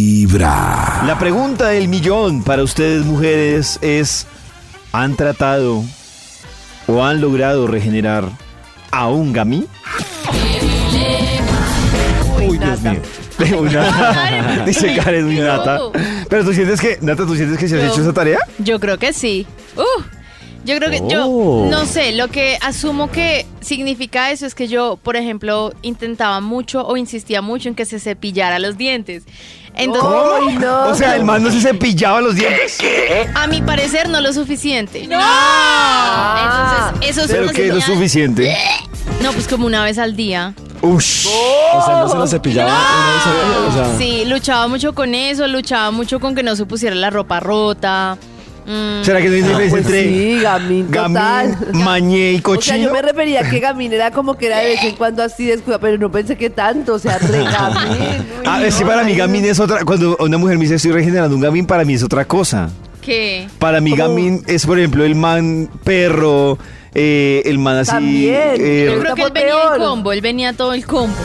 vibra. La pregunta del millón para ustedes mujeres es, ¿han tratado o han logrado regenerar a un gamí? Uy, Dios mío. Uy, nata. Dice Karen, uy, Nata. Pero tú sientes que, Nata, ¿tú sientes que se has No. hecho esa tarea? Yo creo que sí. Uh, yo creo que Oh. yo, no sé, lo que asumo que significa eso es que yo, por ejemplo, intentaba mucho o insistía mucho en que se cepillara los dientes. Entonces, ¿Cómo? O sea, el man no se cepillaba los dientes. a mi parecer, no lo suficiente. ¡No! Entonces, eso es Pero una que no es señal- suficiente. No, pues como una vez al día. Ush. O sea, no se la cepillaba una vez al día, o Ah. sea, Sí, luchaba mucho con eso, luchaba mucho con que no se pusiera la ropa rota. Mm, ¿Será que no hay diferencia Pues entre sí, gamín gamín, total. mañé O y sea, yo cochino? me refería que gamín era como que era de vez en cuando así descuidado, pero no pensé que tanto, o sea, re gamín. uy, Ah, es que no, para mí ay, gamín es otra. Cuando una mujer me dice estoy regenerando un gamín, para mí es otra cosa. ¿Qué? Para mí Como- gamín es, por ejemplo, el man perro, eh, el man así. También. eh, Yo creo que él venía Tapoteón. el combo, él venía todo el combo.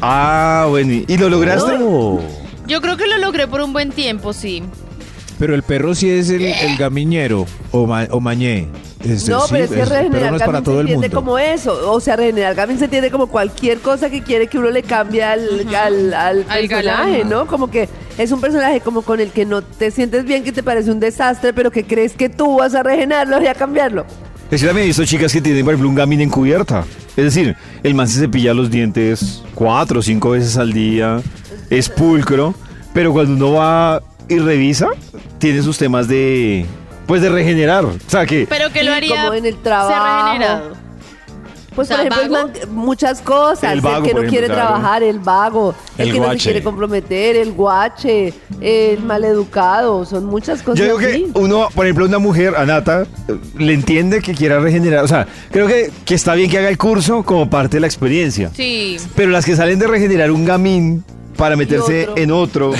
ah, bueno. ¿Y lo lograste? no. Yo creo que lo logré por un buen tiempo, sí. Pero el perro sí es el, el gamiñero o, ma- o mañé. Este, No, sí, pero es que el perro regenerar no es para gamín se todo el entiende mundo. como eso. O sea, regenerar gamín se entiende como cualquier cosa que quiere que uno le cambie al, al, al Al personaje, galán. ¿no? Como que es un personaje como con el que no te sientes bien, que te parece un desastre, pero que crees que tú vas a regenerarlo y a cambiarlo. Es que también he visto chicas que tienen, por ejemplo, un gamín encubierta. Es decir, el man se cepilla los dientes cuatro o cinco veces al día, es pulcro, pero cuando uno va y revisa, tiene sus temas de. Pues de regenerar. O sea, que. Pero que lo Sí, haría como en el ser trabajo. regenerado. O Pues, sea, por ejemplo, vago. es man- muchas cosas. El El, vago, que no por ejemplo, quiere claro. trabajar, el vago. El, El que no se guache. quiere comprometer, el guache, el maleducado. Son muchas cosas. Yo digo así. que uno, por ejemplo, una mujer, Anata, eh, le entiende que quiera regenerar. O sea, creo que, que está bien que haga el curso como parte de la experiencia. Sí. Pero las que salen de regenerar un gamín para meterse otro, en otro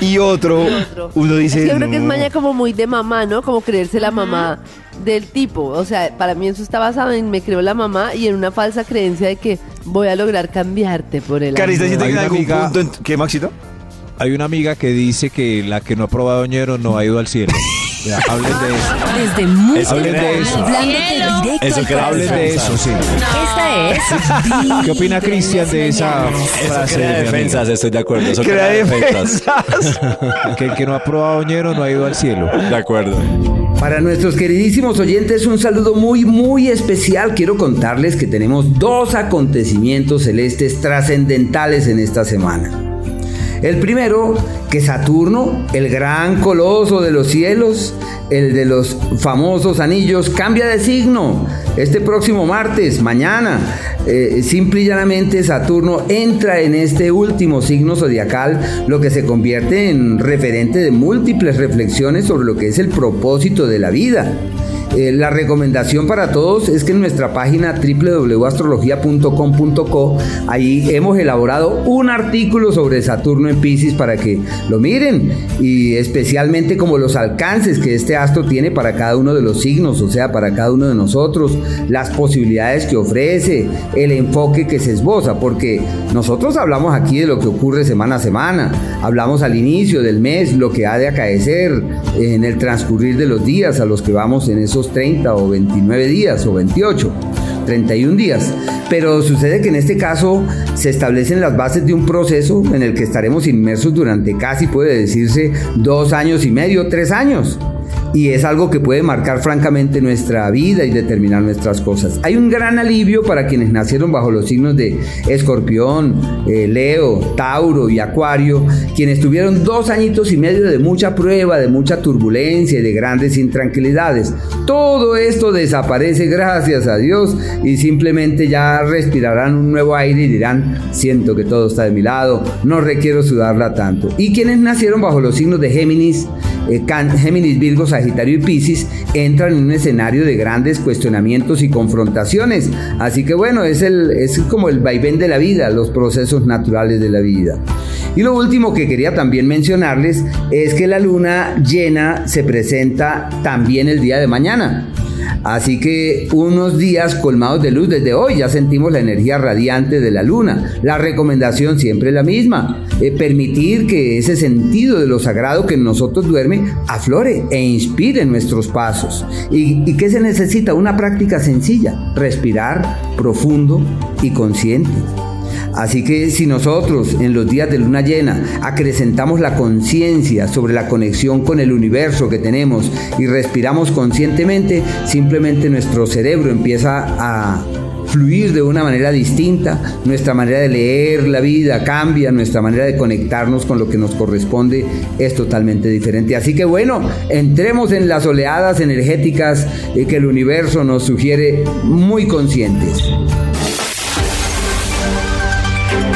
y otro, otro. uno dice. Es que yo creo que es "No". maña como muy de mamá, ¿no? Como creerse la mamá del tipo. O sea, para mí eso está basado en me creo la mamá y en una falsa creencia de que voy a lograr cambiarte por el Cari, ¿usted amor. siente que en Hay una algún amiga- punto en- ¿Qué, Maxito? Hay una amiga que dice que la que no ha probado ñero no ha ido al cielo. Ya, hablen de eso. Desde música, Hablen de eso. hablándote Cielo. directo Es el al que Hablen defensa. corazón. de eso, sí. Esta es. ¿Qué opina Vibra en Cristian las de esa mañanas. Eso frase? crea de mi amiga? defensas, estoy de acuerdo. Eso Crea crea defensas. defensas. Que el que no ha probado ñero no ha ido al cielo. De acuerdo. Para nuestros queridísimos oyentes, un saludo muy, muy especial. Quiero contarles que tenemos dos acontecimientos celestes trascendentales en esta semana. El primero, que Saturno, el gran coloso de los cielos, el de los famosos anillos, cambia de signo. Este próximo martes, mañana, eh, simple y llanamente Saturno entra en este último signo zodiacal, lo que se convierte en referente de múltiples reflexiones sobre lo que es el propósito de la vida. Eh, la recomendación para todos es que en nuestra página www.astrologia.com.co ahí hemos elaborado un artículo sobre Saturno en Pisces para que lo miren y especialmente como los alcances que este astro tiene para cada uno de los signos, o sea, para cada uno de nosotros, las posibilidades que ofrece, el enfoque que se esboza, porque nosotros hablamos aquí de lo que ocurre semana a semana, hablamos al inicio del mes, lo que ha de acaecer eh, en el transcurrir de los días a los que vamos en esos 30 o 29 días o 28. 31 días, pero sucede que en este caso se establecen las bases de un proceso en el que estaremos inmersos durante casi, puede decirse, dos años y medio, tres años y es algo que puede marcar francamente nuestra vida y determinar nuestras cosas. Hay un gran alivio para quienes nacieron bajo los signos de Escorpión, eh, Leo, Tauro y Acuario, quienes tuvieron dos añitos y medio de mucha prueba, de mucha turbulencia y de grandes intranquilidades. Todo esto desaparece gracias a Dios y simplemente ya respirarán un nuevo aire y dirán, siento que todo está de mi lado, no requiero sudarla tanto. Y quienes nacieron bajo los signos de Géminis, eh, Can- Géminis, Virgo, Sagitario y Piscis entran en un escenario de grandes cuestionamientos y confrontaciones. Así que bueno, es, el, es como el vaivén de la vida, los procesos naturales de la vida. Y lo último que quería también mencionarles es que la luna llena se presenta también el día de mañana. Así que unos días colmados de luz desde hoy ya sentimos la energía radiante de la luna. La recomendación siempre es la misma, eh, permitir que ese sentido de lo sagrado que en nosotros duerme aflore e inspire nuestros pasos. ¿Y, y qué se necesita? Una práctica sencilla, respirar profundo y consciente. Así que si nosotros en los días de luna llena acrecentamos la conciencia sobre la conexión con el universo que tenemos y respiramos conscientemente, simplemente nuestro cerebro empieza a fluir de una manera distinta, nuestra manera de leer la vida cambia, nuestra manera de conectarnos con lo que nos corresponde es totalmente diferente. Así que bueno, entremos en las oleadas energéticas eh, que el universo nos sugiere muy conscientes.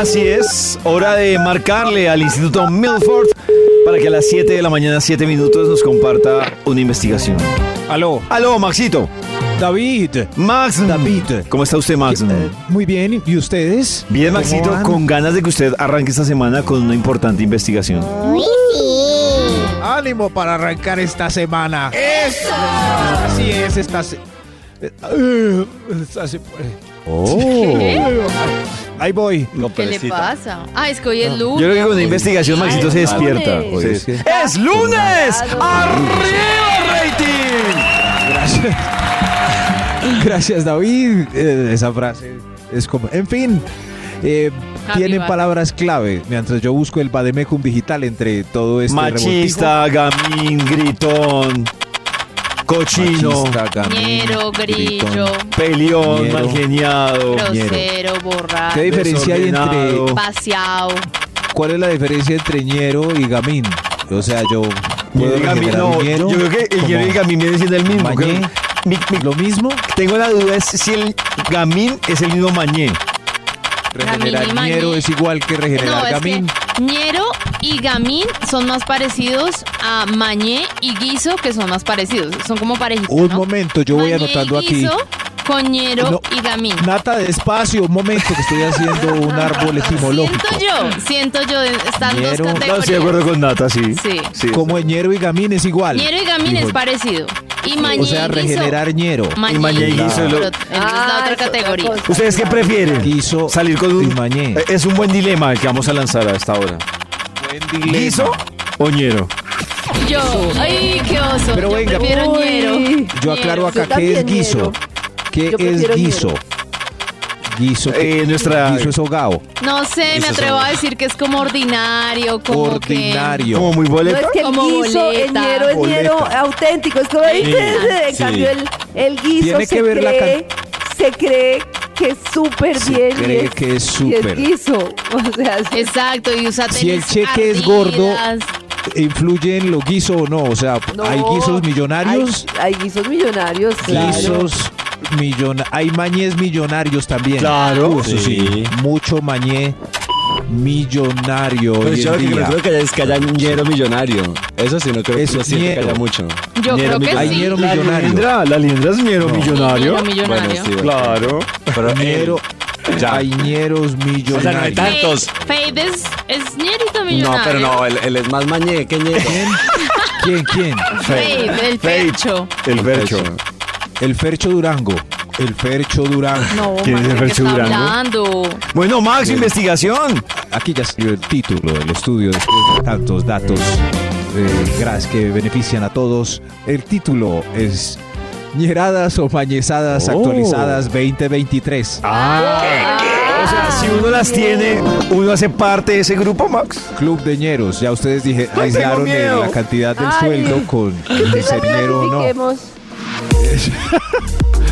Así es, hora de marcarle al Instituto Milford para que a las 7 de la mañana, 7 minutos, nos comparta una investigación. Aló, Aló, Maxito. David. Max. David. ¿Cómo está usted, Max? Eh, Muy bien, ¿y ustedes? Bien, ¿Cómo Maxito, van? con ganas de que usted arranque esta semana con una importante investigación. Ánimo para arrancar esta semana. ¡Eso! Así es, esta se- eh, eh, esta se- Uh. ¿Qué? Oh. Ahí voy. ¿Qué le pasa? Ah, es que hoy es Yo lunes. creo que con una investigación, Maxito se Ay, despierta. lunes. Pues Sí. Oye, es que- ¡Es lunes! Claro. ¡Arriba, rating! Gracias. Gracias, David. Eh, esa frase es como. En fin. eh, Happy tienen Bar- palabras clave mientras yo busco el Bademecum digital entre todo este Machista, gamín, gritón, revoltijo. cochino, Machista, gamín, Ñero, grillo, gritón. peleón, Ñero. mal geniado. grosero, ¿Qué borracho, diferencia hay entre Desordenado. paseado. cuál es la diferencia entre ñero y gamín? O sea, yo puedo Ñero y gamín, generar no, un ñero yo creo que el como ñero y gamín viene siendo el mismo. mañé, creo. Mi- mi- lo mismo tengo la duda es si el gamín es el mismo mañé. regenerar Gamín y mañé. ñero es igual que regenerar No, es que gamín. ñero y gamín son más parecidos a mañé y guiso, que son más parecidos. Son como parejitos, Un ¿no? momento, yo Mañé voy y anotando aquí. guiso Con ñero No. y gamín. Nata, despacio, un momento, que estoy haciendo un árbol etimológico. Siento yo, siento yo, están Ñero. dos No, No, categorías. estoy de acuerdo con Nata, sí. Sí. Como el ñero y gamín es igual. Ñero y gamín Dijo, es parecido. Y mañé O sea, y guiso- regenerar ñero. Mañé Y mañé y guiso es lo- pero es la Ah, otra es otra categoría. cosa. ¿Ustedes qué prefieren? Guiso Salir con un... y mañé. Eh, Es un buen dilema el que vamos a lanzar a esta hora. ¿Guiso o ñero? Yo, ay, qué oso. Pero yo venga, prefiero uy. ñero. Yo aclaro Ñero. acá Yo qué es también guiso. ñero. ¿Qué Yo es prefiero guiso? Guiso, que- Eh, nuestra... guiso es hogao. No sé, me atrevo a decir que es como ordinario, como Ordinario. Como muy No es boleta. que el Como guiso, el boleta. ñero, el ñero Boleta. auténtico. Es como dice, en sí. cambio el, el guiso Tiene se, que ver la cree, se cree que es súper Se bien. y cree que es y súper. guiso. O sea, es- que... Exacto, y usa Si el tenis cheque es Adidas. gordo, ¿influye en lo guiso o no? O sea, no, ¿hay guisos millonarios? Hay, hay guisos millonarios, claro. Guisos millonarios. Hay mañés millonarios también. Claro. Uh, eso sí. Sí. Mucho mañé millonario Pues Pero yo hoy en lo que día. creo que haya es que haya un ñero millonario. Eso sí, no creo Eso que lo es siento que ñero. haya mucho. Yo Ñero creo que Hay sí. ñero La millonario. liendra, Ah, la liendra es ñero millonario. Ñero millonario. Bueno, sí, bueno. Claro. Pero Ñero- Ya. Hay ñeros O sea, no hay millonarios. Fade- tantos. Fade es, es ñerito No, millonario. pero no, él, él es más mañé que ñero. ¿Quién? ¿Quién? Fade, el Fade. pecho. El vercho. El Fercho Durango. El Fercho Durango. No, ¿Quién Max, es el ¿de qué Fercho está Durango? hablando? Bueno, Max, investigación. Aquí ya salió el título del estudio después de tantos datos eh, gras que benefician a todos. El título es Ñeradas o Mañezadas Oh. Ah. actualizadas 2023. Ah. O sea, si uno las tiene, uno hace parte de ese grupo, Max. Club de Ñeros. Ya ustedes dije, aislaron eh, miedo. la cantidad del Ay. sueldo con Entonces, ser ñero o no. clasifiquemos.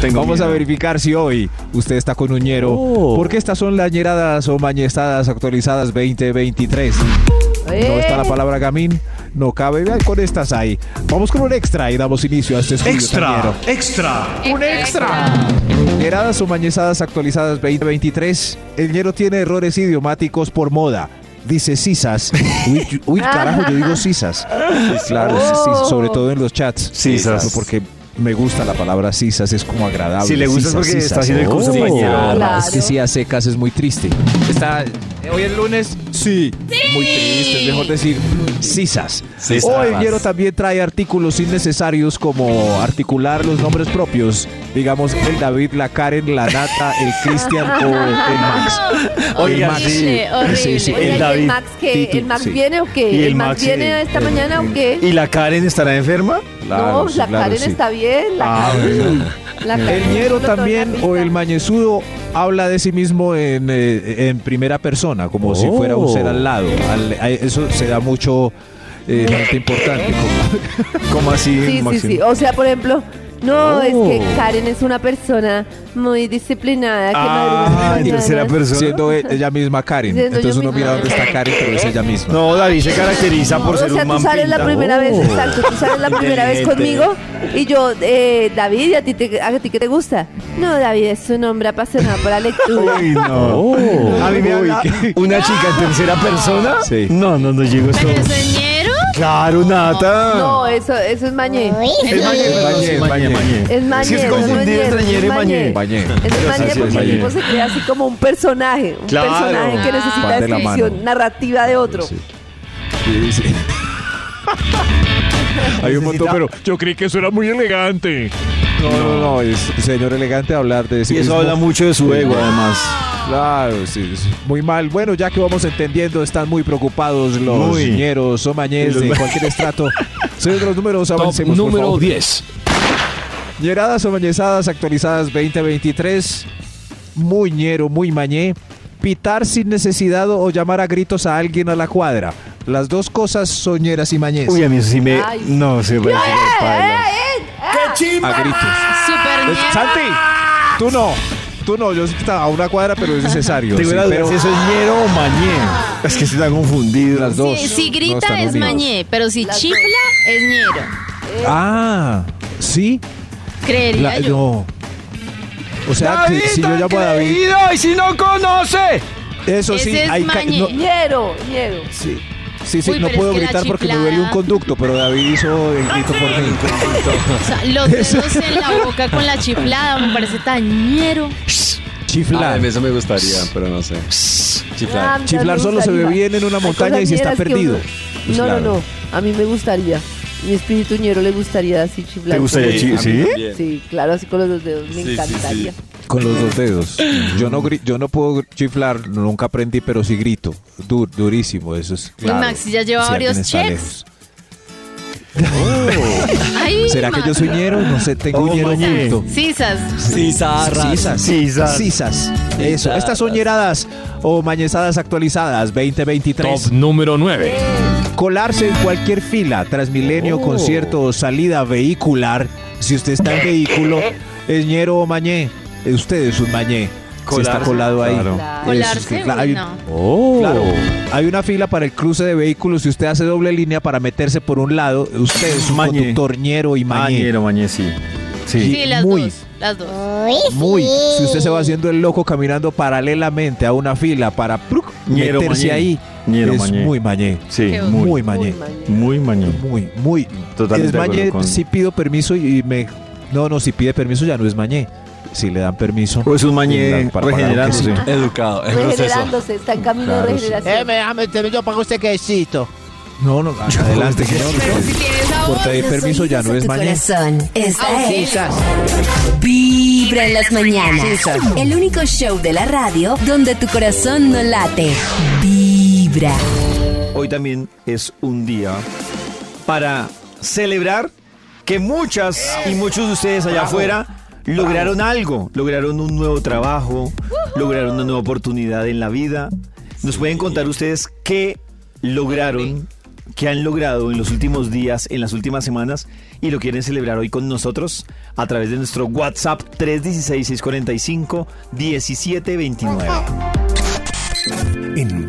Vamos a verificar si hoy usted está con un ñero. Oh. Porque estas son las ñeradas o mañestadas actualizadas 2023. No está la Eh. palabra gamín. no cabe. Ay, con estas ahí. Vamos con un extra y damos inicio a este estudio. Extra, tañero. extra. Un extra. Ñeradas o mañezadas actualizadas 2023. El ñero tiene errores idiomáticos por moda. Dice sisas. Uy, yo- uy, carajo, yo digo sisas. Claro, Ah. sí, sí, sobre todo en los chats. Sisas. Porque me gusta la palabra sisas, es como agradable. Si le gusta es Sisas, porque sisas. está haciendo el curso Sí, mañana. claro. Claro. Es que si hace secas es muy triste. Está eh, hoy el lunes, sí, muy triste, es mejor decir sisas. Sisas. Hoy Ñero también trae artículos innecesarios como articular los nombres propios, digamos el David, la Karen, la Nata, el Cristian o el Max. Oiga, Max. sí. Horrible, horrible. Sí, sí, Oiga, ¿y el ¿El, David. Max qué? Tito, ¿El Max sí. viene o qué? Y ¿El, el Max, Max, viene eh, esta eh, mañana o qué? ¿Y la Karen estará enferma? Claro, no, sí, la claro, Karen sí. está bien. La Ah, Karen, bueno. la El Karen ñero no lo también toca o el ahorita. mañezudo habla de sí mismo en, eh, en primera persona, como si Oh. fuera un ser al lado. Al- a- eso se da mucho eh, gente importante. como- ¿Cómo así, Sí, sí, Maxim? sí. O sea, por ejemplo, no, Oh. es que Karen es una persona muy disciplinada. Que madruga Ah, en en la tercera mañana. persona. siendo e- ella misma Karen. Siendo yo Entonces uno misma. mira dónde está Karen, pero es ella misma. No, David se caracteriza por ser o sea, un tú man sales la pinta. primera vez, Oh. exacto, tú sales la primera vez Inteligente. conmigo y yo, eh, David, ¿y ¿a ti, te, ¿a ti qué te gusta? No, David es un hombre apasionado por la lectura. Uy, no. A mí me habla Oh. una chica en tercera persona. Sí. No, no, no llego a esto. ¿Pero es ñero? Claro, Nata. No, eso, eso es mañé. Es mañe, Mañe, sí, mañe. Es mañé. Es que es no confundir ñero, entre es ñero y mañe. Bañé. Es Sí, mañé sí, porque es el mañé. tipo se crea así como un personaje, un Claro. personaje Ah. que necesita Van de la descripción mano. narrativa de otro. Sí. Sí, sí. Hay un montón, pero Yo creí que eso era muy elegante. no, no, no, es señor elegante hablar de sí Y eso mismo. habla mucho de su ego, además. Claro, sí, sí. Muy mal. Bueno, ya que vamos entendiendo, están muy preocupados los Muy. niñeros o mañés Los de ma- cualquier estrato. Señor de los números, Top avancemos, por número favor. 10. Ñeradas o mañezadas actualizadas 2023. Muy ñero, muy mañé. Pitar sin necesidad o llamar a gritos a alguien a la cuadra. Las dos cosas soñeras y mañés. Uy, a mí eso sí me. Ay. No, se re. paila. ¡Eh! a gritos. Super ñero. Es- Pues, Santi, tú no. Tú no, yo estaba a una cuadra, pero es necesario. Tengo sí, una duda pero- si eso es ñero o mañé. Es que se tan confundido. Las dos. Eh, Si, si No, grita están es unidos. mañé, pero si Las chifla es ñero. Ah, sí. Creería La- yo. no. O sea, que si yo llamo a David, ¡Y si no conoce! eso sí, Ese es hay ca- mañe. no, Ñero, ñero. sí, sí, sí, Uy, no pero puedo es que la gritar porque me duele un chiflada- conducto, pero David hizo el grito por mí. O sea, los dedos en la boca con la chiflada me parece tañero. Ah, Chiflar. eso me gustaría, pero no sé. Ah, Chiflar. Chiflar me solo se ve gustaría. bien en una Hay montaña cosas y si está ñeras que perdido. uno- Pues no, claro. no, no. A mí me gustaría. Mi espíritu ñero le gustaría así chiflar. ¿Te gustaría Sí, chi- a mí sí? también. Sí, claro, así con los dos dedos. Me Sí, sí, sí. encantaría. Con los dos dedos. Yo no, gri- yo no puedo chiflar, nunca aprendí, pero sí grito. Du- durísimo, eso es. Claro, Maxi ya lleva si alguien varios está checks. lejos. Ay, ¿Será que yo soy ñero? No sé, tengo Oh, un ñero mañé. oculto. Sisas. Sisas. Sisas. Sisas. Eso. Estas soñeradas o mañezadas actualizadas 2023. Top número 9. Colarse en cualquier fila, transmilenio, concierto o salida vehicular. Si usted está en vehículo, es ñero o mañé. Eh, Usted es un mañé. Si está Colarse, colado ahí. claro. Oh. Eso es Colarse, que, claro, uy, hay- no. Claro, hay una fila para el cruce de vehículos. Si usted hace doble línea para meterse por un lado, usted es un Mañé. conductor ñero y mañé. Mañero, mañé, sí. Sí. Sí, las muy. dos. Las dos. Muy. Si usted se va haciendo el loco caminando paralelamente a una fila para pruc, Ñero meterse mañé. ahí, Ñero es mañé. muy mañé. Sí, Qué muy, Muy mañé. muy mañé. Muy, muy. Totalmente es de acuerdo mañé, con- si pido permiso y me... No, no, si pide permiso ya no es mañé. Si le dan permiso... O es un en mañé la- para- para- regenerándose. que sí. Educado, en proceso. Regenerándose, está en camino Claro, de sí. regeneración. No, no, adelante, señor. Pero si tienes a Por pedir permiso ya no es mañé. Corazón, esta es Vibra en las mañanas. El único show de la radio donde tu corazón no late. Vibra. Hoy también es un día para celebrar que muchas y muchos de ustedes allá afuera lograron algo, lograron un nuevo trabajo, lograron una nueva oportunidad en la vida. ¿Nos pueden contar ustedes qué lograron, qué han logrado en los últimos días, en las últimas semanas y lo quieren celebrar hoy con nosotros a través de nuestro WhatsApp 316 645 1729? En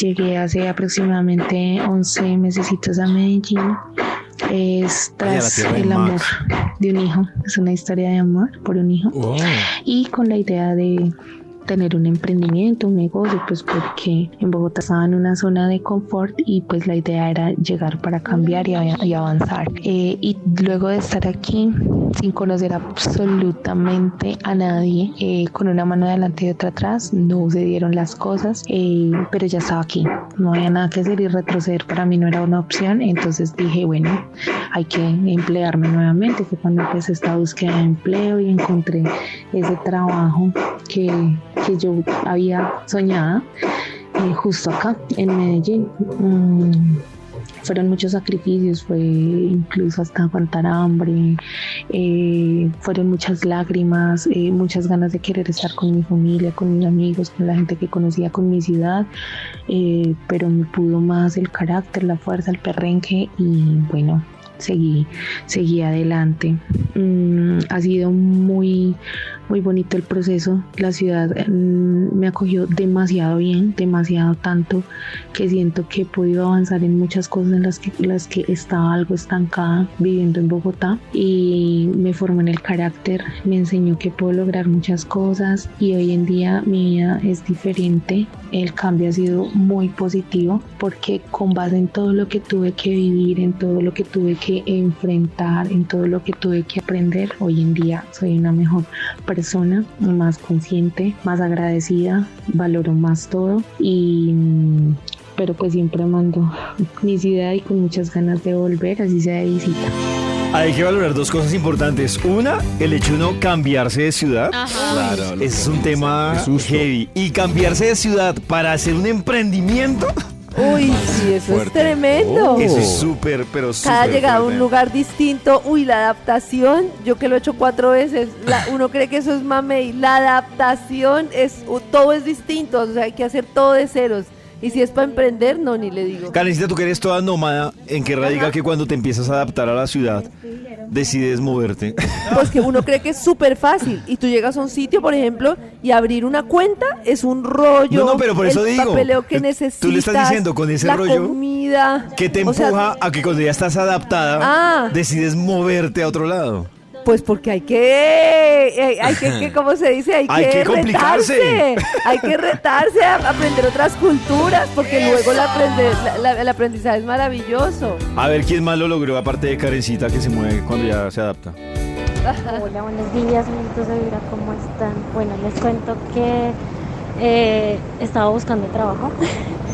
Llegué hace aproximadamente 11 mesecitos a Medellín. Es tras tierra de el amor Max. de un hijo, es una historia de amor por un hijo. Oh. Y con la idea de tener un emprendimiento, un negocio, pues porque en Bogotá estaba en una zona de confort y pues la idea era llegar para cambiar y, av- y avanzar. Eh, y luego de estar aquí sin conocer absolutamente a nadie, eh, con una mano adelante y otra atrás, no se dieron las cosas, eh, pero ya estaba aquí, no había nada que hacer y retroceder para mí no era una opción, entonces dije, bueno, hay que emplearme nuevamente, fue cuando empecé esta búsqueda de empleo y encontré ese trabajo que, que yo había soñado eh, justo acá en Medellín. Mm, fueron muchos sacrificios, fue incluso hasta aguantar hambre, eh, fueron muchas lágrimas, eh, muchas ganas de querer estar con mi familia, con mis amigos, con la gente que conocía, con mi ciudad, eh, pero me pudo más el carácter, la fuerza, el perrenque y bueno, seguí, seguí adelante. Mm, ha sido muy, muy bonito el proceso. La ciudad mm, me acogió demasiado bien, demasiado tanto que siento que he podido avanzar en muchas cosas en las que, las que estaba algo estancada viviendo en Bogotá y me formó en el carácter, me enseñó que puedo lograr muchas cosas y hoy en día mi vida es diferente. El cambio ha sido muy positivo porque con base en todo lo que tuve que vivir, en todo lo que tuve que enfrentar, en todo lo que tuve que aprender, hoy en día soy una mejor persona, más consciente, más agradecida, valoro más todo y mm, pero pues siempre mando mi ciudad y con muchas ganas de volver, así sea de visita. Hay que valorar dos cosas importantes. Una, el hecho de uno cambiarse de ciudad. Claro, Ese es un tema heavy. Y cambiarse de ciudad para hacer un emprendimiento. Uy, sí, eso es Fuerte. Oh. tremendo. Eso es súper, pero súper. Cada llegada a un fuerte. lugar distinto, uy, la adaptación, yo que lo he hecho cuatro veces, la- uno cree que eso es mamey, la adaptación es, u- todo es distinto, o sea, hay que hacer todo de ceros. Y si es para emprender, no, ni le digo. Karencita, tú que eres toda nómada, ¿en qué radica que cuando te empiezas a adaptar a la ciudad, decides moverte? Pues que uno cree que es súper fácil y tú llegas a un sitio, por ejemplo, y abrir una cuenta es un rollo. No, no, pero por eso el digo, eh, papeleo que tú le necesitas. estás diciendo con ese la rollo comida. ¿Qué te o sea, empuja a que cuando ya estás adaptada, Ah. decides moverte a otro lado? Pues porque hay que, hay, hay que, que, ¿cómo se dice? Hay, Hay que complicarse. retarse, hay que retarse a aprender otras culturas, porque luego el, aprender, la- la- el aprendizaje es maravilloso. A ver quién más lo logró, aparte de Karencita, que se mueve cuando ya se adapta. Hola, buenos días, amiguitos de Vibra, ¿cómo están? Bueno, les cuento que eh, estaba buscando trabajo.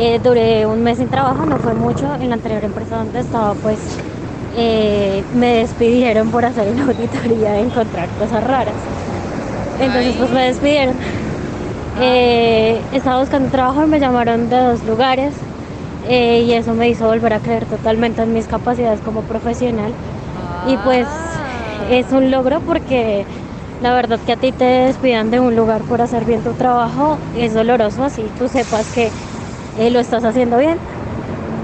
Eh, duré un mes sin trabajo, no fue mucho. En la anterior empresa donde estaba, pues eh, me despidieron por hacer una auditoría de encontrar cosas raras. Entonces, pues me despidieron. Eh, estaba buscando trabajo y me llamaron de dos lugares. eh, y eso me hizo volver a creer totalmente en mis capacidades como profesional. Y pues es un logro porque la verdad que a ti te despidan de un lugar por hacer bien tu trabajo es doloroso, así tú sepas que eh, lo estás haciendo bien.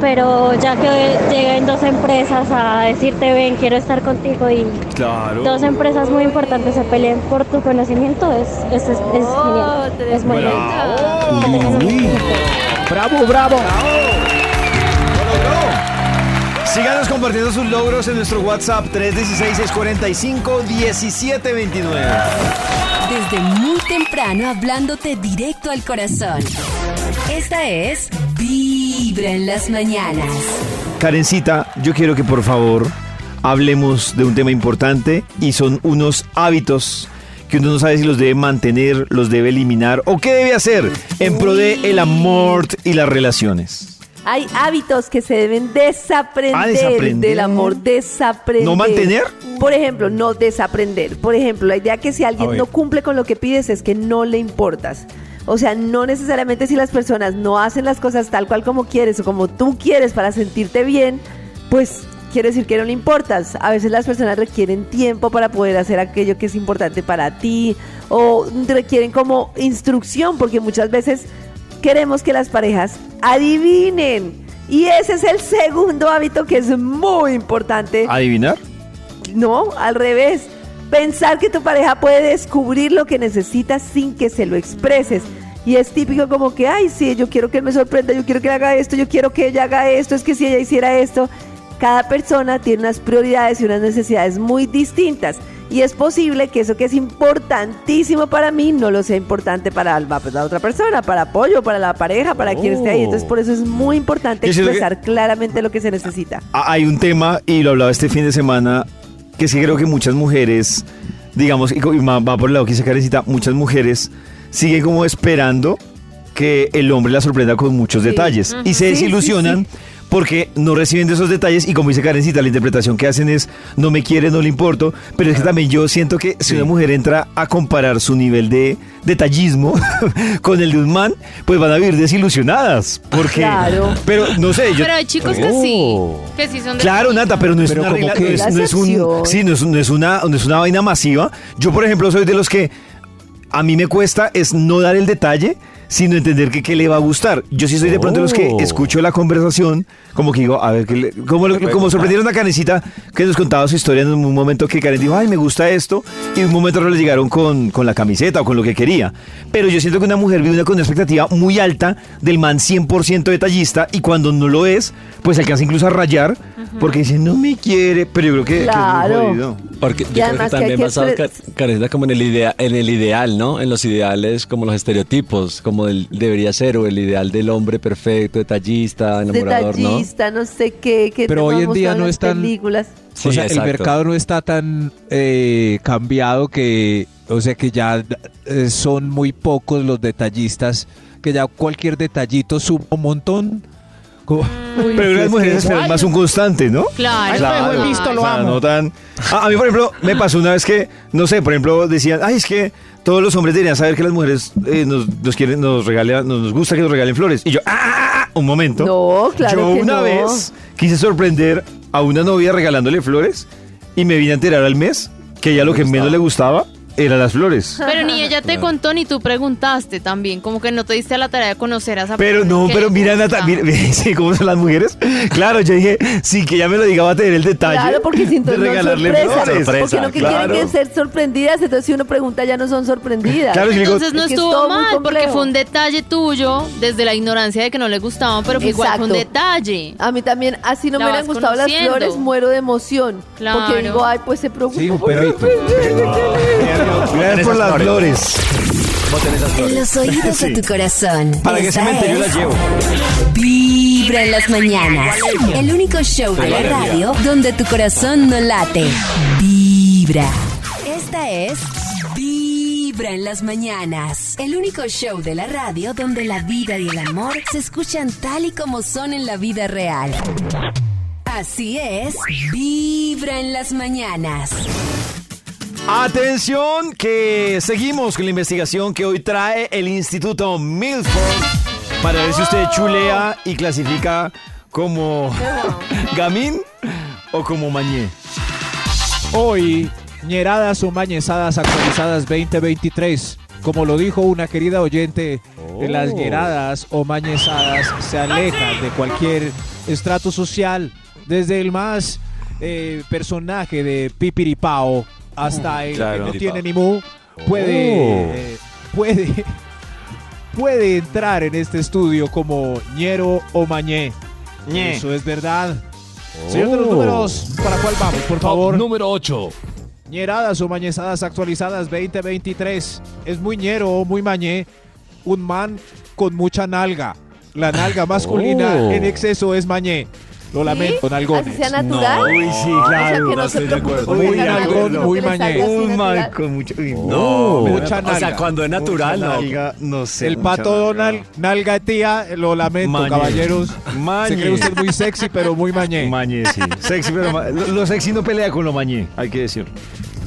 Pero ya que lleguen dos empresas a decirte, ven, quiero estar contigo y Claro. dos empresas muy importantes se peleen por tu conocimiento, es, es, es- es genial. Es muy bien. ¡Bravo, bravo! Síganos compartiendo sus logros en nuestro WhatsApp 316-645-1729. Desde muy temprano hablándote directo al corazón. Esta es Vibra en las mañanas. Karencita, yo quiero que por favor hablemos de un tema importante y son unos hábitos que uno no sabe si los debe mantener, los debe eliminar o qué debe hacer en pro de el amor y las relaciones. Hay hábitos que se deben desaprender, Ah, desaprender. del amor, desaprender. ¿No mantener? Por ejemplo, no desaprender. Por ejemplo, la idea que si A alguien ver. no cumple con lo que pides es que no le importas. O sea, no necesariamente si las personas no hacen las cosas tal cual como quieres o como tú quieres para sentirte bien, pues quiere decir que no le importas. A veces las personas requieren tiempo para poder hacer aquello que es importante para ti o requieren como instrucción porque muchas veces queremos que las parejas adivinen. Y ese es el segundo hábito que es muy importante. ¿Adivinar? No, al revés. Pensar que tu pareja puede descubrir lo que necesitas sin que se lo expreses. Y es típico como que, ay, sí, yo quiero que él me sorprenda, yo quiero que él haga esto, yo quiero que ella haga esto, es que si ella hiciera esto. Cada persona tiene unas prioridades y unas necesidades muy distintas. Y es posible que eso que es importantísimo para mí no lo sea importante para la, para la otra persona, para apoyo, para la pareja, para quien esté ahí. Entonces, por eso es muy importante Oh. Yo siento que- expresar claramente lo que se necesita. Ah, Hay un tema, y lo hablaba este fin de semana, que sí creo que muchas mujeres, digamos, y co- y ma- va por el lado que dice Karencita, muchas mujeres siguen como esperando que el hombre la sorprenda con muchos Sí. detalles. Y Ujú. se Sí, sí, desilusionan porque no reciben de esos detalles. Y como dice Karencita, la interpretación que hacen es, no me quiere, no le importo. Pero es que también yo siento que si una mujer entra a comparar su nivel de detallismo con el de un man, pues van a vivir desilusionadas. Porque, Claro. Pero no sé, yo... Oh. Pero hay chicos que sí. Que sí son de Claro, Nata, pero no es Pero una como regla, que- no es, La no es un, excepción. sí, no es, no es una, no es una vaina masiva. Yo, por ejemplo, soy de los que a mí me cuesta es no dar el detalle, sino entender que qué le va a gustar. Yo sí soy de pronto de los que Oh. escucho la conversación, como que digo, a ver, ¿qué le- como, lo- puede como gustar? sorprendieron a Karencita, que nos contaba su historia en un momento que Karen dijo, ay, me gusta esto, y un momento no le llegaron con, con la camiseta o con lo que quería. Pero yo siento que una mujer vive una, con una expectativa muy alta del man 100% detallista, y cuando no lo es, pues alcanza incluso a rayar, porque dice, no me quiere, pero yo creo que, que es muy jodido. Porque yo Y creo que además que también aquí basado expre- Car- Karencita, como en el idea, en el ideal, ¿no? En los ideales, como los estereotipos, como el debería ser, o el ideal del hombre perfecto, detallista, enamorador, ¿no? detallista, ¿no? sé qué, que Pero nos hoy en han día mostrado no las es tan- películas. Sí, o sea, exacto. el mercado no está tan eh, cambiado que, o sea, que ya eh, son muy pocos los detallistas, que ya cualquier detallito sube un montón. Como- Pero las mujeres esperan más un constante, ¿no? Claro. Ay, espejo, he visto, lo o sea, amo. no tan- A, a mí, por ejemplo, me pasó una vez que, no sé, por ejemplo, decían, ay, es que todos los hombres deberían saber que las mujeres eh, nos, nos quieren, nos regalan, nos, nos gusta que nos regalen flores. Y yo, "Ah, ah, ah, un momento. No, claro Yo que una no. vez quise sorprender a una novia regalándole flores y me vine a enterar al mes que ella lo que menos le gustaba eran las flores. Pero ni ella te contó ni tú preguntaste también, como que no te diste a la tarea de conocer a esa Pero persona no, que pero le mira, gusta. Nata, mira, sí, ¿cómo son las mujeres? Claro, yo dije, sí, que ya me lo diga, va a tener el detalle. Claro, porque si Ah, de entonces no regalarle sorpresas, flores. porque no que quieren que ser sorprendidas, entonces si uno pregunta ya no son sorprendidas. Claro, yo digo- Entonces no Es que es estuvo todo muy mal, porque complejo. fue un detalle tuyo, desde la ignorancia de que no le gustaban, pero que igual fue un Exacto. detalle. A mí también, así no La me hubieran vas gustado conociendo. las flores, muero de emoción. Claro. Porque digo, ay, pues se preocupa. Sí, un por perrito. sorprenderme, qué lindo. Gracias por las flores. En los oídos de tu corazón. Para que Esta cementerio es las llevo. Vibra en las mañanas. El único show de la radio donde tu corazón no late. Vibra. Esta es Vibra en las mañanas. El único show de la radio donde la vida y el amor se escuchan tal y como son en la vida real. Así es, Vibra en las mañanas. Atención, que seguimos con la investigación que hoy trae el Instituto Milford para ver si usted chulea y clasifica como gamín o como mañé. Hoy, ñeradas o mañezadas actualizadas 2023. Como lo dijo una querida oyente, las Oh. ñeradas o mañezadas se alejan de cualquier estrato social, desde el más eh, personaje de Pipiripao hasta el Mm, claro. Oh. que no tiene ni mu, puede, eh, puede, puede entrar en este estudio como ñero o mañé. Ñe. Oh. Eso es verdad. Señor de los números, ¿para cuál vamos, por favor? número 8. Ñeradas o mañezadas actualizadas 2023. Es muy ñero o muy mañé. Un man con mucha nalga. La nalga masculina Oh. en exceso es mañé. Lo lamento, Así nalgones. sea natural. Uy, sí, O sea, claro. que no se preocupe por Muy la nalga, nalgón, sino muy que le mañé. salga así Un man natural. con mucho. uy, No, no. mucha o sea, nalga. cuando es natural, Mucha no. nalga, no sé. El mucha pato nalga. Donald, nalga de tía, lo lamento, Mañé. caballeros. Mañé. Se cree usted muy sexy, pero muy mañé. Mañé, sí. Sexy, pero ma- lo, lo sexy no pelea con lo mañé, hay que decirlo.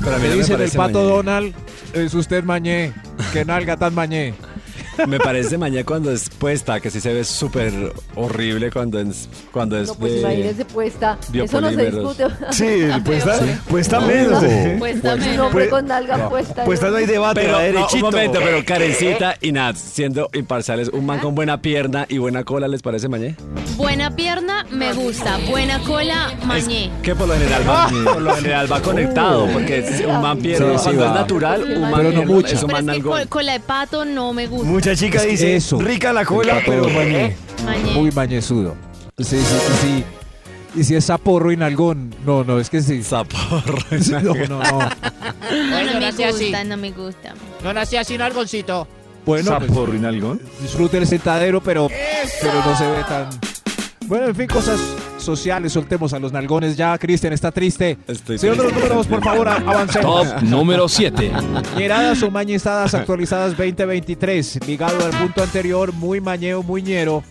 Para mí Me no me dicen el parece pato mañana. Donald, es usted mañé. Qué nalga tan mañé. Me parece mañana cuando es puesta, que sí se ve súper horrible cuando es, cuando es No, pues de- imagínese puesta. Eso no se biopolímeros. discute. Sí, pues, pues puesta, puesta No, menos. no. ¿eh? Puesta Un hombre Pues- con nalga puesta. pues Puesta no hay debate, Pero, va no, un derechito. momento, pero Karencita y Nat, siendo imparciales, un man con buena pierna y buena cola, ¿les parece mañé? Buena pierna, me gusta. Buena cola, mañé. Que por lo general va, por lo general va conectado, porque es un man pierna Ah. Uh. Sí, sí, cuando va. es natural, un man Pero no pierna mucha. es un Pero man es que nalgón. col- cola de pato no me gusta. Mucha chica Es que dice, eso. rica la cola, Está todo pero mañé. Mañé. Muy mañezudo. Sí, sí, sí, sí. Y si es saporro y nalgón. No, no, es que sí. Zaporro. No, no, no. No, no Bueno, me nací así. gusta, no me gusta. No nací así, nalgoncito. Bueno, pues, ¿Sapo Rinalgón? disfrute el sentadero, pero, pero no se ve tan. Bueno, en fin, cosas sociales. Soltemos a los nalgones ya. Cristian está triste. Estoy Señor de los triste. números, por favor, a- avancemos. número 7. Ñeradas o mañestadas actualizadas 2023. Ligado al punto anterior, muy mañeo, muy ñero.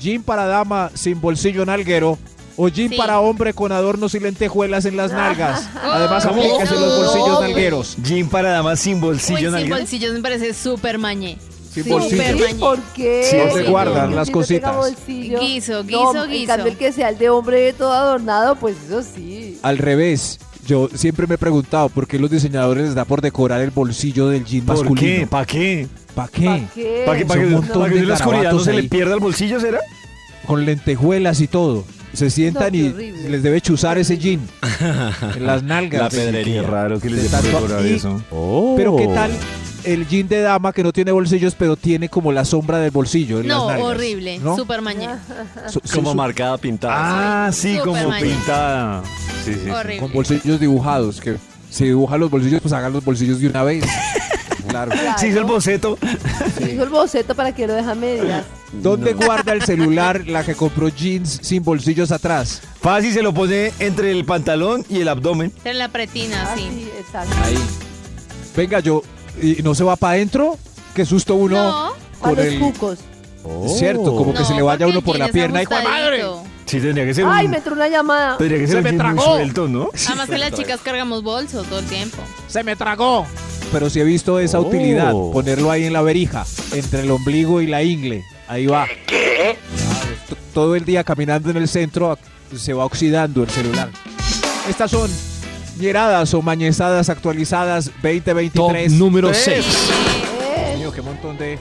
Jean para dama sin bolsillo nalguero. O jean Sí. para hombre con adornos y lentejuelas en las nalgas. Además, ¿Cómo? aplíquese los bolsillos No, nalgueros. Jean para damas sin Uy, bolsillo Pues sin nalguero. bolsillos me parece súper mañé. Sin Sí, bolsillo. pero- ¿Sí? ¿Por Eh, qué? Sí, no se guardan Que las usted tenga cositas. bolsillo. Guiso, No, guiso, En guiso. cambio, el que sea el de hombre todo adornado, pues eso sí. Al revés, yo siempre me he preguntado por qué los diseñadores les da por decorar el bolsillo del jean ¿Por qué? masculino. ¿Para qué? ¿Para ¿Para qué? qué? ¿Para que, pa' que, Son un montón pa' que de en la oscuridad no garabatos se le ahí. pierda el bolsillo, será? Con lentejuelas y todo. Se sientan qué y horrible. les debe chuzar ese jean. En las nalgas. La pedrería. raro que De les dé tanto- por y- eso. Oh. Pero qué tal el jean de dama que no tiene bolsillos, pero tiene como la sombra del bolsillo. en No, las nalgas, horrible. ¿no? Súper mañé. Su- su- Como su- marcada, pintada. Ah, sí, Súper como maña. pintada. Sí, sí. Horrible. con bolsillos dibujados. Que si dibuja los bolsillos, pues hagan los bolsillos de una vez. claro. Claro. Se hizo el boceto. Se hizo el boceto para que lo deja medias. ¿Dónde guarda el celular la que compró jeans sin bolsillos atrás? Fácil se lo pone entre el pantalón y el abdomen. En la pretina, sí. Así, Ah, exacto. Ahí. Venga, yo. ¿Y no se va para adentro? Qué susto uno. No. A Con los el, cucos. Cierto, como que No, se le vaya porque uno por el la jean es pierna y ¡jue madre! ajustadito. Sí, tendría este que ser Ay, un- me entró una llamada. Tendría que ser Se un me jean muy tragó. suelto, ¿no? Además que las chicas cargamos bolsos todo el tiempo. Se me tragó. Pero sí he visto esa Oh. utilidad, ponerlo ahí en la verija, entre el ombligo y la ingle. Ahí va. Claro, t- Todo el día caminando en el centro ac- se va oxidando el celular. Estas son hieradas o mañezadas actualizadas 2023. número Tres. 6. Eh. Dios mío, qué montón de.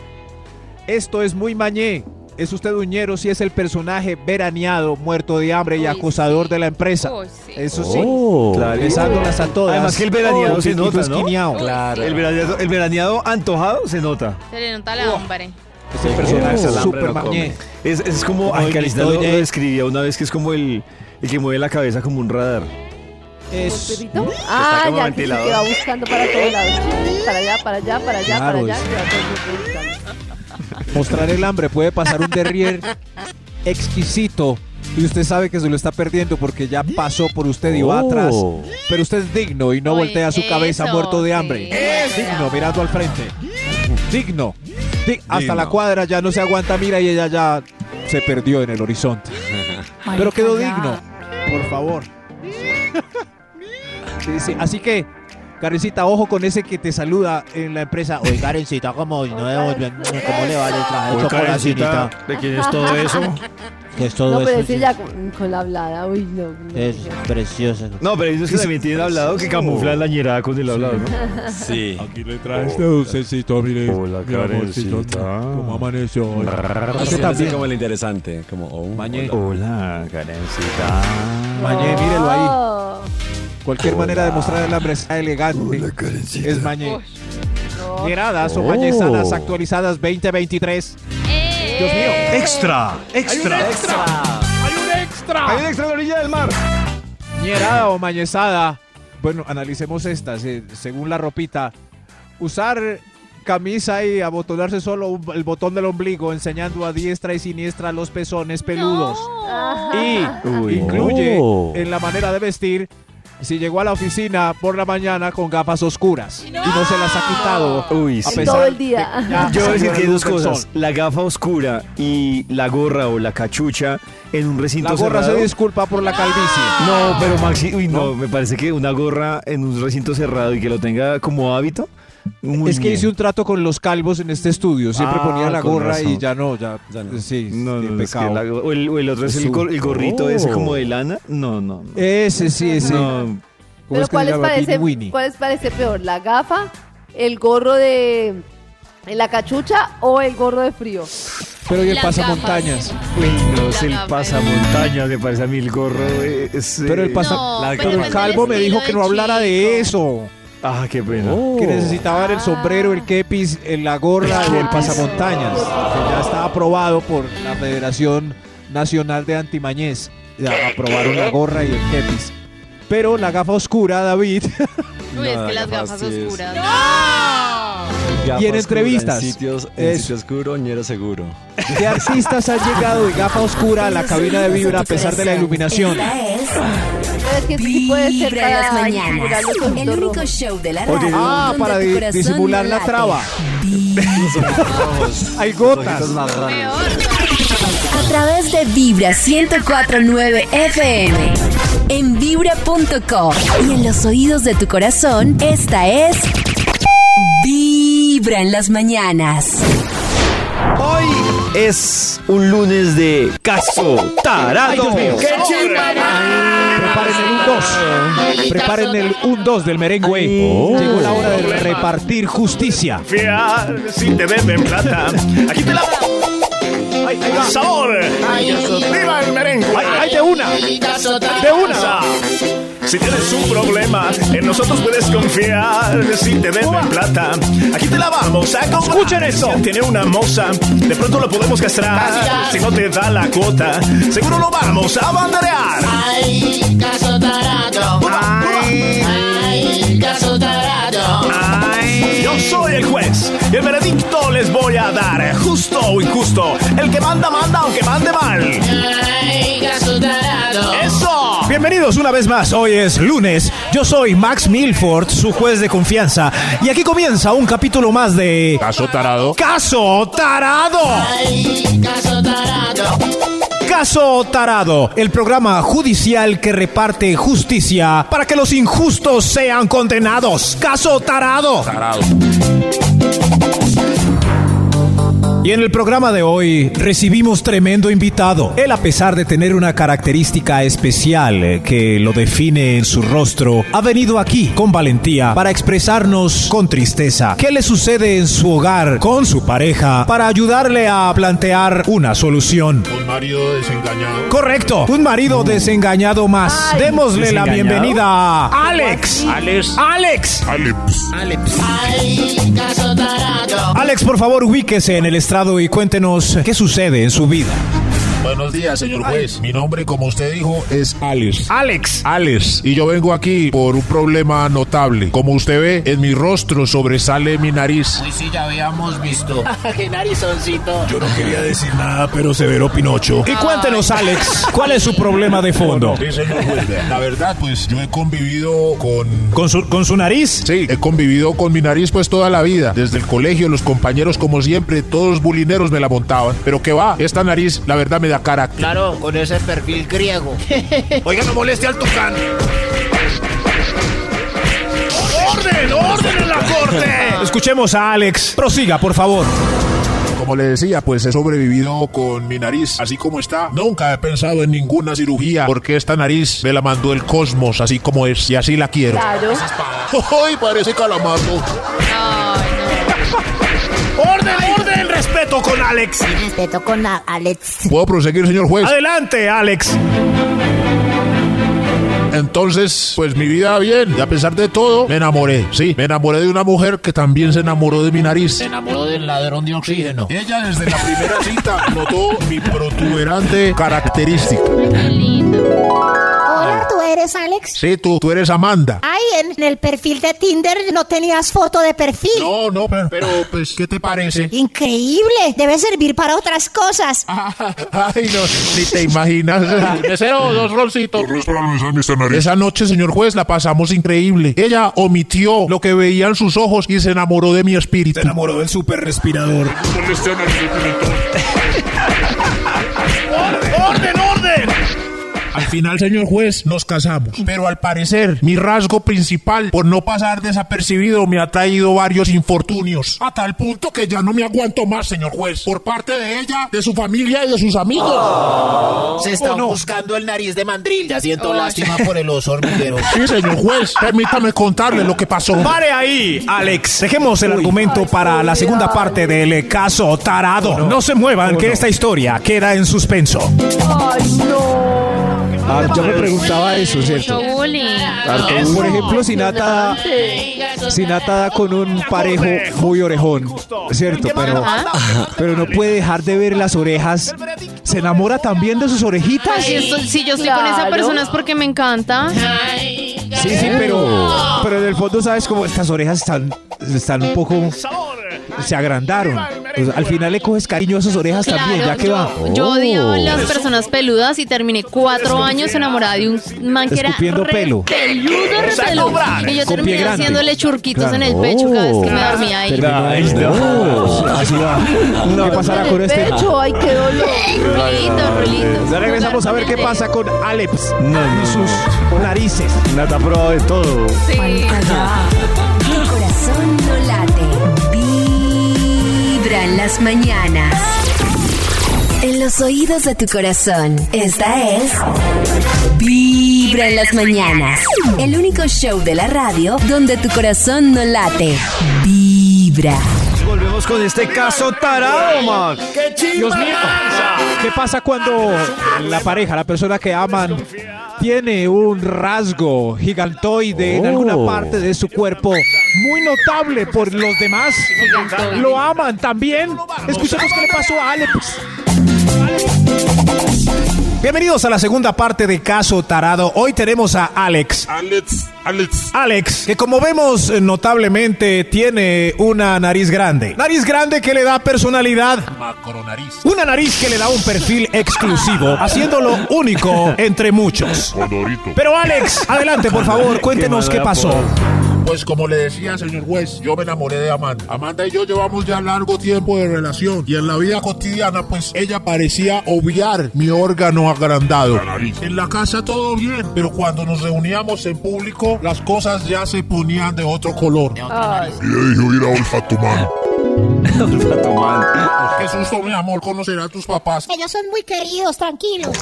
Esto es muy mañé. Es usted uñero si es el personaje veraneado, muerto de hambre y Uy, acosador sí. de la empresa. Uy, sí. Eso sí. Oh. Claro. Besándolas a todas. Oh, Además que el veraneado se Poquitito nota, ¿no? esquineado. Claro. El veraneado, el veraneado antojado se nota. Se le nota la hombre. Ese personaje Oh. es Alambre súper no come. mañé. Es, es como, ay, el Carita lo, Cristo lo Ye- describía una vez que es como el, el que mueve la cabeza como un radar. ¿Un Es perrito? Ah, como ya que sí, ventilador. que va buscando para todos lados. Para allá, para allá, para allá, Claro, para allá. es- que va todo el tiempo buscando. mostrar el hambre. Puede pasar un derrier exquisito. Y usted sabe que se lo está perdiendo porque ya pasó por usted y va Oh. atrás. Pero usted es digno y no Uy, voltea su cabeza eso, muerto de sí. hambre. Eso. Digno, mirando al frente. Digno. Di- hasta Digno. la cuadra ya no se aguanta, mira, y ella ya se perdió en el horizonte. Pero quedó digno. Por favor. Sí, sí. Así que, Karencita, ojo con ese que te saluda en la empresa. Oye, Karencita, ¿cómo, no, cómo le vale el traje? de chocolatinita? ¿de quién es todo eso? Que es No, todo pero eso, ese sí. ya con, con la hablada. Uy, no. no. Es precioso. No, pero ellos que también tienen hablado que camuflan la ñerada con el hablado, ¿no? Sí. Aquí le traje. dulcecito, mire. Hola, mi amorcito, Karencita. ¿Cómo amaneció hoy? Así también. como el interesante. Como, oh, Mañé. hola. Hola, Karencita. Mañé, mírelo ahí. Oh, Cualquier manera de mostrar el hambre está elegante. es mañé. Hieradas o Oh. mañezadas actualizadas 2023. Eh. Dios mío. Extra, extra. ¡Hay un extra! Hay un extra en la orilla del mar. Ñerada o mañezada. Bueno, analicemos estas, eh, según la ropita. Usar camisa y abotonarse solo un- el botón del ombligo, enseñando a diestra y siniestra los pezones peludos. Y Uy. incluye Oh. en la manera de vestir si llegó a la oficina por la mañana con gafas oscuras y no se las ha quitado. Uy, a sí. pesar Todo el de día. que ya Yo voy a salió decir la que hay luz dos del cosas. sol. La gafa oscura y la gorra o la cachucha en un recinto La gorra cerrado. se disculpa por la calvicie. No, pero Maxi, uy, no, me parece que una gorra en un recinto cerrado y que lo tenga como hábito. muy es que bien. hice un trato con los calvos en este estudio. Siempre Ah, ponía la con gorra y razón. ya no, ya, ya no. Sí, No, qué no, es que pecado. la- o, el, o el otro es, Es el, gor- un- el gorrito ese Oh. como de lana. No, no. no. Ese sí, ese. No. Pero ¿cuál les, parece, ¿cuál les parece peor? ¿La gafa, el gorro de la cachucha o el gorro de frío? Pero y el Las pasamontañas. Uy, no, es el pasamontañas, me parece a mí el gorro. eh, es, Pero el, pasa- eh, pero el calvo me dijo que no hablara de eso. Ah, qué pena. Oh. Que necesitaban el sombrero, Ah. el kepis, eh, la gorra y el pasamontañas. Que ya está aprobado por la Federación Nacional de Antimañez. Ya aprobaron la gorra y el kepis. Pero la gafa oscura, David. Uy, es No, que las gafas gafas sí es- oscuras. Gafa Y en oscura, entrevistas. En sitios, en Es- sitio oscuro, ñero seguro. ¿Qué artistas han llegado de gafa oscura a la cabina de vibra a pesar de la iluminación? Es que sí puede ser Vibra en para las mañanas. disimular los El ojitos único rojos. show de la Oye, radio. ah, donde para tu di- corazón disimular no la late. traba. Hay gotas. A través de Vibra 1049 FM. En vibra.com. Y en los oídos de tu corazón, esta es. Vibra en las mañanas. Hoy es un lunes de caso tarado. Ay, Dios mío. ¡Qué Preparen el 1-2. Preparen el 1-2 del merengue. Llegó la hora de repartir justicia. Fiar, si te beben plata. Aquí te la. ¡Ay, ahí va! ¡Sabor! ¡Viva el merengue! ¡Ay, ay, de una! ¡De una! Si tienes un problema, en nosotros puedes confiar. Si te deben plata, aquí te la vamos a comprar. Escuchen esto. Tiene una moza, de pronto lo podemos castrar. Si no te da la cuota, seguro lo vamos a banderear. Ay, caso tarado. Ay, caso tarado. Yo soy el juez y el veredicto les voy a dar, justo o injusto. El que manda, manda, aunque mande mal. Ay, caso tarado. ¡Eso! Bienvenidos una vez más, hoy es lunes, yo soy Max Milford, su juez de confianza, y aquí comienza un capítulo más de... Caso tarado. Caso Tarado. Ay, caso tarado. Caso Tarado, el programa judicial que reparte justicia para que los injustos sean condenados. Caso Tarado. Y en el programa de hoy recibimos tremendo invitado. Él a pesar de tener una característica especial eh, que lo define en su rostro, ha venido aquí con valentía para expresarnos con tristeza qué le sucede en su hogar con su pareja para ayudarle a plantear una solución. Un marido desengañado. Correcto, un marido desengañado más. Mm. Ay. Démosle la ¿Desengañado? bienvenida a Alex. Alex. Alex. Alex. Ay, caso tarado. Alex, por favor, ubíquese en el estrado y cuéntenos qué sucede en su vida. Buenos días, señor juez. Mi nombre, como usted dijo, es Alex. Alex. Alex. Y yo vengo aquí por un problema notable. Como usted ve, en mi rostro sobresale mi nariz. Uy, sí, ya habíamos visto. ¡Qué narizoncito! Yo no quería decir nada, pero Severo Pinocho. Y cuéntenos, Alex, ¿cuál es su problema de fondo? Sí, señor juez. La verdad, pues yo he convivido con ¿Con su, con su nariz? Sí, he convivido con mi nariz pues toda la vida. Desde el colegio, los compañeros, como siempre, todos bulineros me la montaban. Pero que va, esta nariz, la verdad, me da carácter. Claro, con ese perfil griego. Oiga, no moleste al tucán. ¡Orden! ¡Orden en la corte! Escuchemos a Alex. Prosiga, por favor. Como le decía, pues he sobrevivido con mi nariz, así como está. Nunca he pensado en ninguna cirugía, porque esta nariz me la mandó el cosmos, así como es, y así la quiero. Claro. ¡Ay, parece calamardo! ¡Orden, orden! ¡Respeto con Alex! Respeto con a- Alex. ¿Puedo proseguir, señor juez? ¡Adelante, Alex! Entonces, pues mi vida bien. Y a pesar de todo, me enamoré. Sí, me enamoré de una mujer que también se enamoró de mi nariz. Se enamoró del ladrón de oxígeno. Ella desde la primera cita notó mi protuberante característica. Hola, ¿tú eres Alex? Sí, tú, tú eres Amanda. Ay, en, en el perfil de Tinder no tenías foto de perfil. No, no, pero, pero, pues, ¿qué te parece? Increíble, debe servir para otras cosas. Ay, no, ni te imaginas. Mesero, Ah, dos rolcitos. Esa noche, señor juez, la pasamos increíble. Ella omitió lo que veían sus ojos y se enamoró de mi espíritu. enamoró del super respirador. ¡Orden, orden, orden! Al final, señor juez, nos casamos. Pero al parecer, mi rasgo principal, por no pasar desapercibido, me ha traído varios infortunios. A tal punto que ya no me aguanto más, señor juez. Por parte de ella, de su familia y de sus amigos. Oh. Se están buscando el nariz de mandril. Ya siento lástima por el oso hormiguero. Sí, señor juez, permítame contarle lo que pasó. Pare ahí, Alex. Dejemos el argumento para la segunda parte del caso tarado. No, se muevan, que esta historia queda en suspenso. Ah, yo me preguntaba eso, ¿cierto? Mucho bullying. Por ejemplo, si Nata, si Nata da con un parejo muy orejón, ¿cierto? Pero, pero no puede dejar de ver las orejas. Se enamora también de sus orejitas. Ay, esto- si yo estoy con esa Claro. persona es porque me encanta. Sí, sí, pero, pero en el fondo sabes como estas orejas están, están un poco... Se agrandaron. O sea, al final le coges cariño a esas orejas también, ya que yo, va. yo odiaba a Oh. las personas peludas y terminé cuatro años enamorada de un man que era Escupiendo re pelo. peludo, re Saco peludo. brand. Y yo Con pie terminé grande. haciéndole churquitos Claro. en el pecho cada vez que me Oh. dormía ahí. Terminó ahí. Oh, Así va. ¿Qué pasará con este? ay, qué dolor. Ya regresamos a ver qué pasa con Aleps y sus narices. Nata prueba de todo. El corazón no late. Vibra en las mañanas. En los oídos de tu corazón. Esta es. Vibra en las mañanas. El único show de la radio donde tu corazón no late. Vibra. Volvemos con este caso tarado, Max. Dios mío. ¿Qué pasa cuando la pareja, la persona que aman, tiene un rasgo gigantoide en Oh. alguna parte de su cuerpo muy notable por los demás? ¿Lo aman también? Escuchemos qué le pasó a Aleps. Bienvenidos a la segunda parte de Caso Tarado. Hoy tenemos a Alex. Alex, Alex. Alex, que como vemos eh, notablemente tiene una nariz grande. Nariz grande que le da personalidad. Macronariz. Una nariz que le da un perfil exclusivo, haciéndolo único entre muchos. Pero Alex, adelante por favor, cuéntenos qué pasó. Pues como le decía, señor juez, yo me enamoré de Amanda. Amanda y yo llevamos ya largo tiempo de relación y en la vida cotidiana, pues ella parecía obviar mi órgano agrandado. En la casa todo bien, pero cuando nos reuníamos en público, las cosas ya se ponían de otro color. Y le dije, mira, olfatumán. Qué susto, mi amor, conocer a tus papás. Ellos son muy queridos, tranquilos.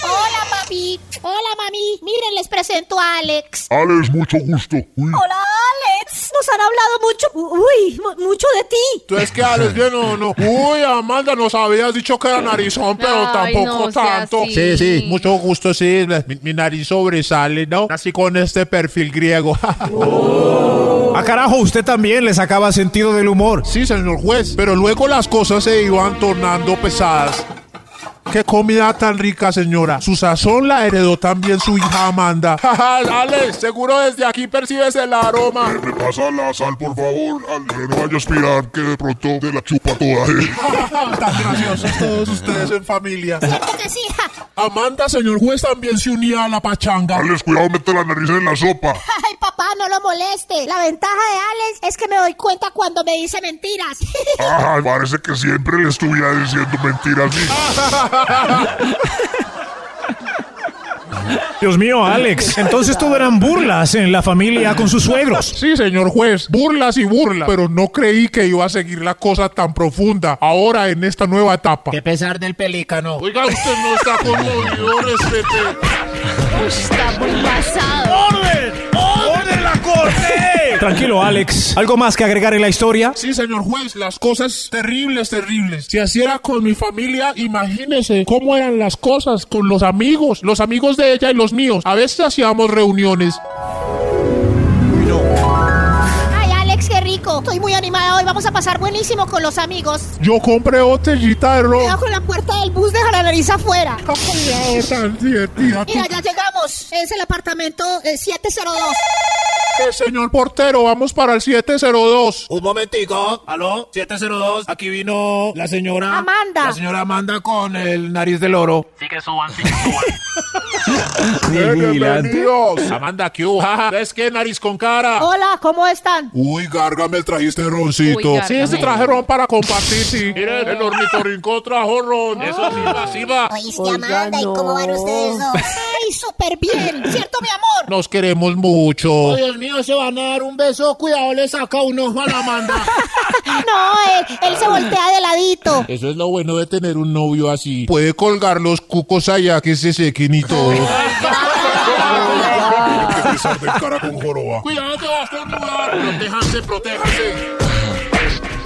Hola, papi. Hola, mami. Miren, les presento a Alex. Alex, mucho gusto. Mm. Uy, Hola, Alex. Nos han hablado mucho. Uy, mu- mucho de ti. ¿Tú es que Alex bien o no? Uy, Amanda, nos habías dicho que era narizón, pero Ay, tampoco no sea tanto. así. Sí, sí, mucho gusto, sí. Mi, mi nariz sobresale, ¿no? Así con este perfil griego. A Ah, carajo, usted también le sacaba sentido del humor. Sí, señor juez, pero luego las cosas se iban tornando pesadas. Qué comida tan rica, señora. Su sazón la heredó también su hija Amanda. Alex, seguro desde aquí percibes el aroma. me pasa la sal, por favor. Alex, no vaya a aspirar que de pronto te la chupa toda. ¿eh? Tan graciosos todos ustedes en familia. Que sí, ja. Amanda, señor juez, también se unía a la pachanga. Alex, cuidado, mete la nariz en la sopa. Ay, papá, no lo moleste. La ventaja de Alex es que me doy cuenta cuando me dice mentiras. Ah. Ajá, parece que siempre le estuviera diciendo mentiras. Dios mío, Alex, entonces todo eran burlas en la familia con sus suegros. Sí, señor juez, burlas y burlas, pero no creí que iba a seguir la cosa tan profunda ahora en esta nueva etapa. Qué pesar del pelícano. Oiga, usted no está conmovido, respete. Está muy pasado. ¡Orden! ¡Orden la corte! Tranquilo, Alex. ¿Algo más que agregar en la historia? Sí, señor juez, las cosas terribles, terribles. Si así era con mi familia, imagínese cómo eran las cosas con los amigos, los amigos de ella y los míos. A veces hacíamos reuniones. Ay, Alex, qué rico. Estoy muy animada hoy. Vamos a pasar buenísimo con los amigos. Yo compré botellita de ron. Cuidado con la puerta del bus, deja la nariz afuera. Cuidado, tan divertida. Mira, ya llegamos. Es el apartamento eh, 702. Eh, Señor portero, vamos para el 702. Un momentico, aló, 702, aquí vino la señora... Amanda. La señora Amanda con el nariz del oro. Sí que suban, sí que suban. Ni vigilante. Dios. Amanda Q, jaja. ¿Ves qué nariz con cara? Hola, ¿cómo están? Uy, Gargamel, trajiste roncito. Uy, sí, este Gargamel. traje ron para compartir, sí. Mire, el ornitorrinco trajo ron. Eso sí va, sí va. Oíste, Amanda, ¿y cómo van ustedes dos? ¡Ay, súper bien! ¿Cierto, mi amor? Nos queremos mucho. Oh, Dios mío, se van a dar un beso. Cuidado, le saca un ojo a la Amanda. No, él, él se voltea de ladito. Eso es lo bueno de tener un novio así. Puede colgar los cucos allá que se sequen y todo. que pisar del cara con joroba. Cuidado, te vas a estornudar. Protéjanse, protéjanse.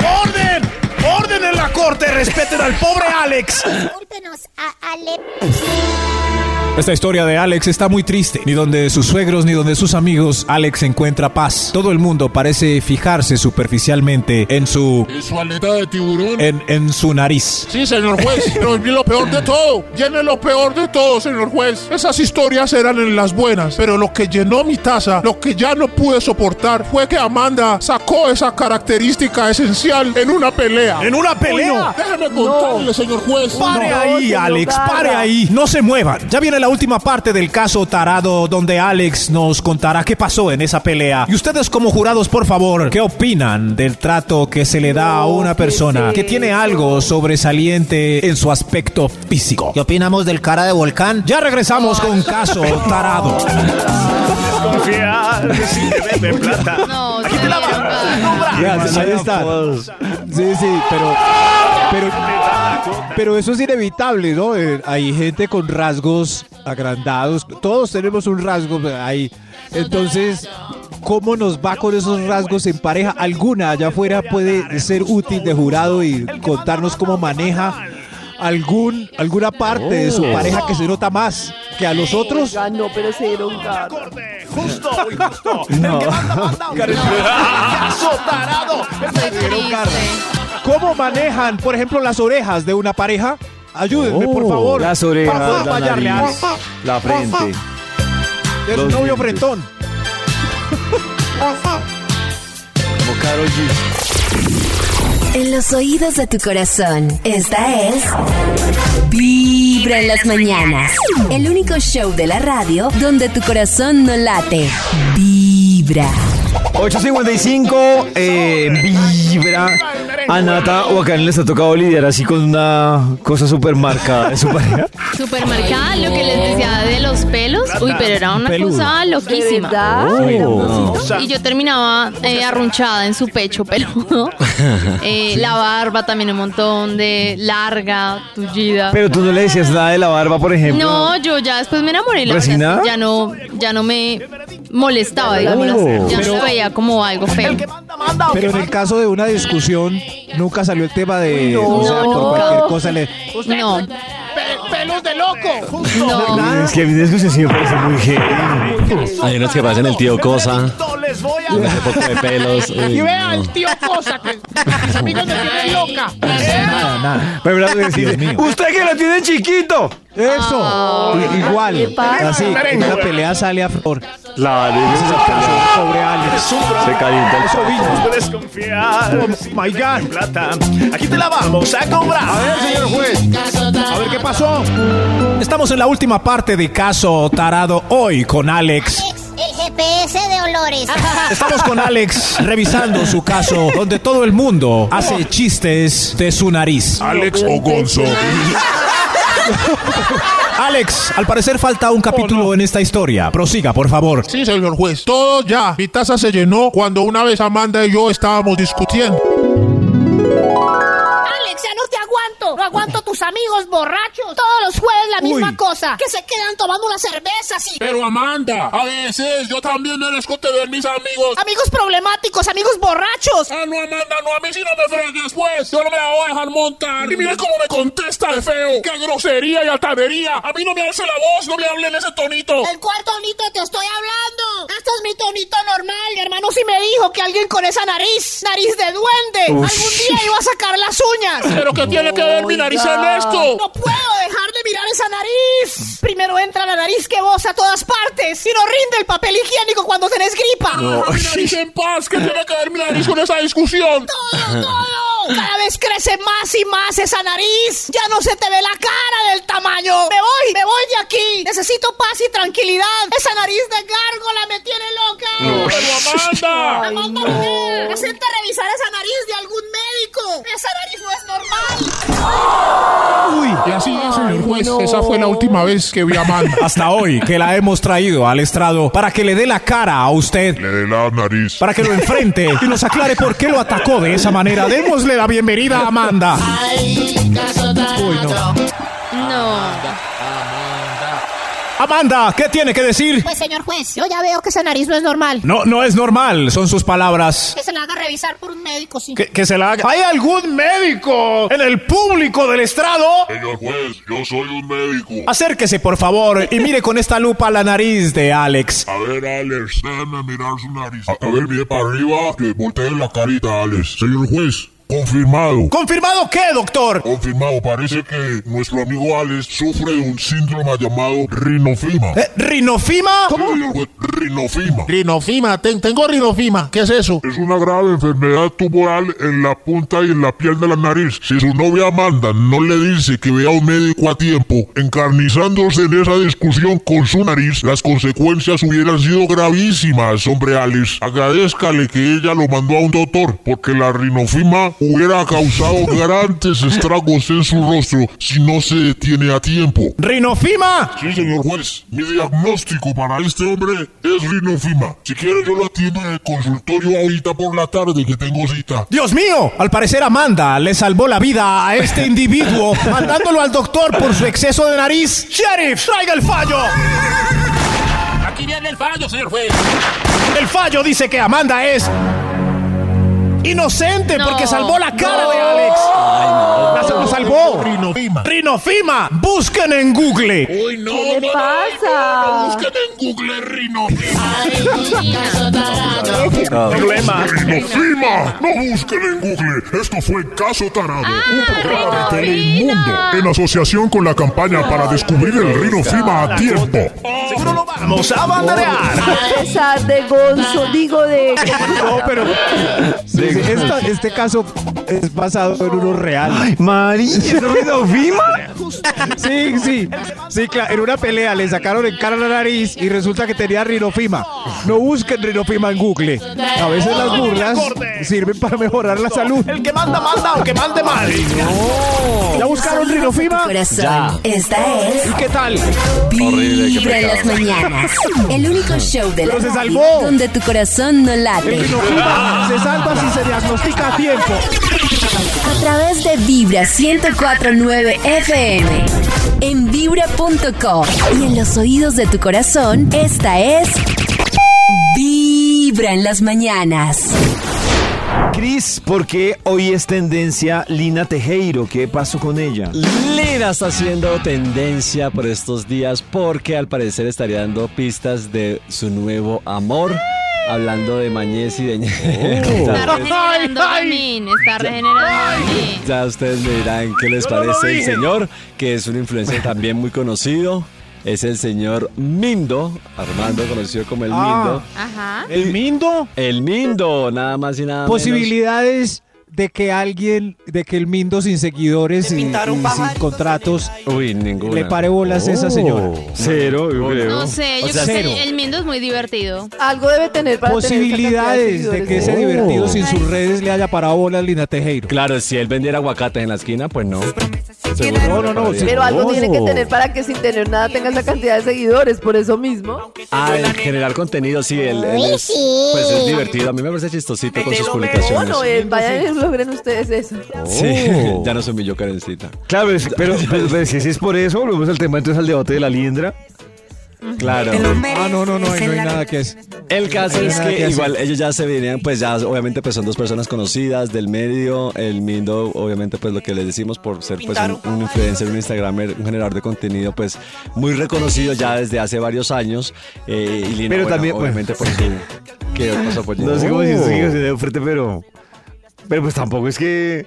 ¡Orden! ¡Orden en la corte! ¡Respeten al pobre Alex! Discúlpenos a Ale. Esta historia de Alex está muy triste. Ni donde sus suegros ni donde sus amigos, Alex encuentra paz. Todo el mundo parece fijarse superficialmente en su. ¿Y su aleta de tiburón? en, en su nariz. Sí, señor juez, pero vi lo peor de todo. Llene lo peor de todo, señor juez. Esas historias eran en las buenas, pero lo que llenó mi taza, lo que ya no pude soportar, fue que Amanda sacó esa característica esencial en una pelea. ¡En una pelea! Uy, no, Déjeme contarle, señor juez. Pare No. ahí, Alex, pare ahí. No se muevan. Ya viene la última parte del caso tarado donde Alex nos contará qué pasó en esa pelea. Y ustedes como jurados, por favor, ¿qué opinan del trato que se le da a una persona que tiene algo sobresaliente en su aspecto físico? ¿Qué opinamos del cara de volcán? Ya regresamos con caso tarado. Confiar si te venden plata. No, Aquí te la van a nombrar. ahí está. Sí, sí, pero, pero, pero eso es inevitable, ¿no? Eh, Hay gente con rasgos agrandados. Todos tenemos un rasgo ahí. Entonces, ¿cómo nos va con esos rasgos en pareja? Alguna allá afuera puede ser útil de jurado y contarnos cómo maneja algún alguna parte de su Oh. pareja que se nota más que a los otros. Oiga, no, pero se dieron cara. Justo, uy, justo. No. Azotarado. ¿Cómo manejan, por ejemplo, las orejas de una pareja? Ayúdenme, por Oh, favor. Las orejas, Para poder la fallarle a- nariz, la frente. Es un Los novio dientes. bretón. Como Karol G. En los oídos de tu corazón, esta es Vibra en las mañanas. El único show de la radio donde tu corazón no late. Vibra. 855, eh, vibra. A Nata o a Karen les ha tocado lidiar así con una cosa súper marcada de su pareja. Supermarcada, lo que les decía de los pelos. Uy, pero era una Peludo. cosa loquísima. Oh. Y yo terminaba eh, arrunchada en su pecho peludo. Eh, La barba también un montón de larga, tullida. Pero tú no le decías nada de la barba, por ejemplo. no, yo ya después me enamoré. La verdad, ¿Resignada? sí, ya no, ya no me molestaba, digámoslo Oh. así. Ya no Pero- lo veía como algo feo. Pero en el caso de una discusión, nunca salió el tema de. No. o sea, por No. cualquier cosa le. No, ¡Pelos de loco! no. Es que mi discusión sí me parece muy heavy. Hay unos que parecen el tío Cosa, No les voy con a. ese poco de pelos. Y uy, eh, vea no. al tío Cosa que mis amigos me tienen loca. Nada, nada. Pero me la decís, Dios mío. Usted que lo tiene chiquito. Eso. ¿qué Igual. pasa? Así. Merengue. La pelea sale a flor. La nariz se calienta. Pobre Alex. Se calienta el Eso vino. No puedes confiar. Oh, my God. En plata. Aquí te la vamos a cobrar. A ver, señor juez. A ver qué pasó. Estamos en la última parte de caso tarado hoy con Alex. El GPS de olores. Estamos con Alex revisando su caso donde todo el mundo hace chistes de su nariz. Alex o Gonzo. Alex, al parecer falta un capítulo en esta historia. Prosiga, por favor. Oh, Sí, señor juez. Todo ya. Mi taza se llenó cuando una vez Amanda y yo estábamos discutiendo. Alex, ya no te aguanto. No aguanto tus amigos borrachos. Todos los jueves la misma Uy. cosa. Que se quedan tomando una cerveza así. Pero Amanda, a veces yo también merezco tener mis amigos. Amigos problemáticos, amigos borrachos. Ah, no, Amanda, no, a mí si no me fregues, pues. Yo no me la voy a dejar montar. Y mira cómo me contesta de feo. ¡Qué grosería y altanería! A mí no me alce la voz, no me hable en ese tonito. El cuarto tonito te estoy hablando. Este es mi tonito normal. Mi hermano sí me dijo que alguien con esa nariz, nariz de duende, Ush. algún día iba a sacar las uñas. ¿Pero qué tiene que ver mi nariz en esto? No puedo dejar de mirar esa nariz. Primero entra la nariz que vos a todas partes y no rinde el papel higiénico cuando tenés gripa. Deja mi nariz en paz. ¿Qué tiene que ver mi nariz con esa discusión? Todo, todo. Cada vez crece más y más esa nariz. Ya no se te ve la cara del tamaño. Me voy, me voy de aquí. necesito paz y tranquilidad. Esa nariz de gárgola me tiene loca. No. Pero, Amanda. Ay, Amanda, ¿qué? Acepta revisar esa nariz de algún médico. Esa nariz no es normal. Uy, y así es, señor juez. Esa fue la última vez que vi a Amanda. Hasta hoy que la hemos traído al estrado para que le dé la cara a usted. Le dé la nariz. Para que lo enfrente y nos aclare por qué lo atacó de esa manera. Démosle la bienvenida a Amanda. Uy, no. Amanda, ¿qué tiene que decir? Pues señor juez, yo ya veo que esa nariz no es normal. No, no es normal, son sus palabras. Que se la haga revisar por un médico, sí. Que, que se la haga. ¿Hay algún médico en el público del estrado? Señor juez, yo soy un médico. Acérquese, por favor, y mire con esta lupa la nariz de Alex. A ver, Alex, déjeme mirar su nariz. A, a ver, mire para arriba, que voltee la carita, Alex. Señor juez, Confirmado. ¿Confirmado qué, doctor? Confirmado. Parece que nuestro amigo Alex sufre de un síndrome llamado rinofima. Eh, ¿Rinofima? ¿Cómo? Rinofima. Rinofima, ten- tengo rinofima. ¿Qué es eso? Es una grave enfermedad tumoral en la punta y en la piel de la nariz. Si su novia Amanda no le dice que vea a un médico a tiempo, encarnizándose en esa discusión con su nariz, las consecuencias hubieran sido gravísimas, hombre Alex. Agradezcale que ella lo mandó a un doctor, porque la rinofima hubiera causado grandes estragos en su rostro si no se detiene a tiempo. ¡Rinofima! Sí, señor juez. Mi diagnóstico para este hombre es rinofima. Si quiere, yo lo atiendo en el consultorio ahorita por la tarde que tengo cita. Dios mío, al parecer Amanda le salvó la vida a este individuo mandándolo al doctor por su exceso de nariz. ¡Sheriff, traiga el fallo! Aquí viene el fallo, señor juez. El fallo dice que Amanda es inocente porque salvó la cara de Alex. La sa- lo salvó. Rinofima. Rinofima, busquen en Google. Uy, no, ¿Qué le pasa? Busquen en Google rinofima. Problema. ¡Rinofima! No busquen en Google. Esto fue Caso Tarado, un programa de Telemundo en asociación con la campaña para descubrir el rinofima a tiempo. Seguro lo vamos a banderear. A pesar de Gonzo, digo de... No, pero Sí, sí, esta- este caso es basado en uno real. Mari, rinofima? Sí, sí. Sí, claro. En una pelea le sacaron en cara la nariz y resulta que tenía rinofima. No busquen rinofima en Google. A veces las burlas sirven para mejorar la salud. El que manda, manda, aunque mande mal. ¿Ya buscaron rinofima? Corazón, Ya. esta es ¿Y qué tal? Horrible, qué Vibra en las pecado. mañanas. El único show de la Pero se radio salvó. donde tu corazón no El late. rinofima se salva si se diagnostica a tiempo. A través de Vibra 1049 FM. En vibra.com. Y en los oídos de tu corazón, esta es. Vibra en las mañanas. Cris, ¿por qué hoy es tendencia Lina Tejeiro? ¿Qué pasó con ella? Lina está haciendo tendencia por estos días porque al parecer estaría dando pistas de su nuevo amor. Hablando de Mañez y de Oh. Ñe- Está regenerando Benjamín, está regenerando Benjamín. Ya ustedes me dirán qué les Yo no lo parece el dije. señor, que es un influencer también muy conocido. Es el señor Mindo, Armando, conocido como el Mindo. Ajá. Ah. ¿El Mindo? El Mindo, nada más y nada menos. Posibilidades de que alguien, de que el Mindo sin seguidores y, y sin contratos Uy, ninguna. le pare bolas a esa señora. Cero, yo creo. No sé, yo O sea, creo cero. que el Mindo es muy divertido. Algo debe tener para tener esa Posibilidades cantidad de que ese Oh. seguidores. divertido sin sus redes le haya parado bolas a Lina Tejero. Claro, si él vendiera aguacates en la esquina, pues no. Seguro No, no, le no, pararía. sí. Pero algo Oh. tiene que tener para que sin tener nada tenga esa cantidad de seguidores, por eso mismo. Ah, el generar contenido, sí, él, él es, pues es divertido. A mí me parece chistosito con sus publicaciones. Bueno, eh, vayan y logren ustedes eso. Sí, ya nos humilló Karencita. Claro, es- pero, pero- pero si es por eso, volvemos al tema entonces al debate de la liendra. Claro. Ah, no, no, no, ahí no hay nada que es. El caso Hay es nada que que hacer. igual ellos ya se venían, pues ya obviamente pues son dos personas conocidas del medio, el Mindo obviamente pues lo que les decimos por ser pues un, un influencer, un instagramer, un generador de contenido pues muy reconocido ya desde hace varios años eh, y Lina, Pero bueno, también, pues- obviamente por su... ¿Qué pasó por Oh. No sé cómo si sigue de frente, pero. Pero pues tampoco es que.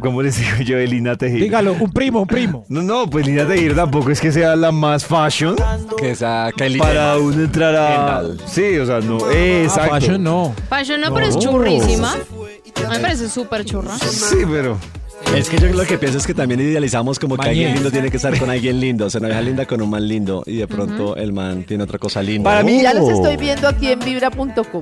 ¿Cómo les digo yo de Lina Tejeiro? Dígalo, un primo, un primo. No, no, pues Lina Tejeiro tampoco es que sea la más fashion Que esa Kylie para Jenner. uno entrar a. Kendall. Sí, o sea, no. Exacto. Ah, Fashion no. Fashion no, pero es churrísima. A mí me parece súper churra. Sí, pero. Es que yo lo que pienso es que también idealizamos como que alguien lindo tiene que estar con alguien lindo. O sea, una vieja linda con un man lindo y de pronto el man tiene otra cosa linda. Ya Oh. los estoy viendo aquí en vibra.com.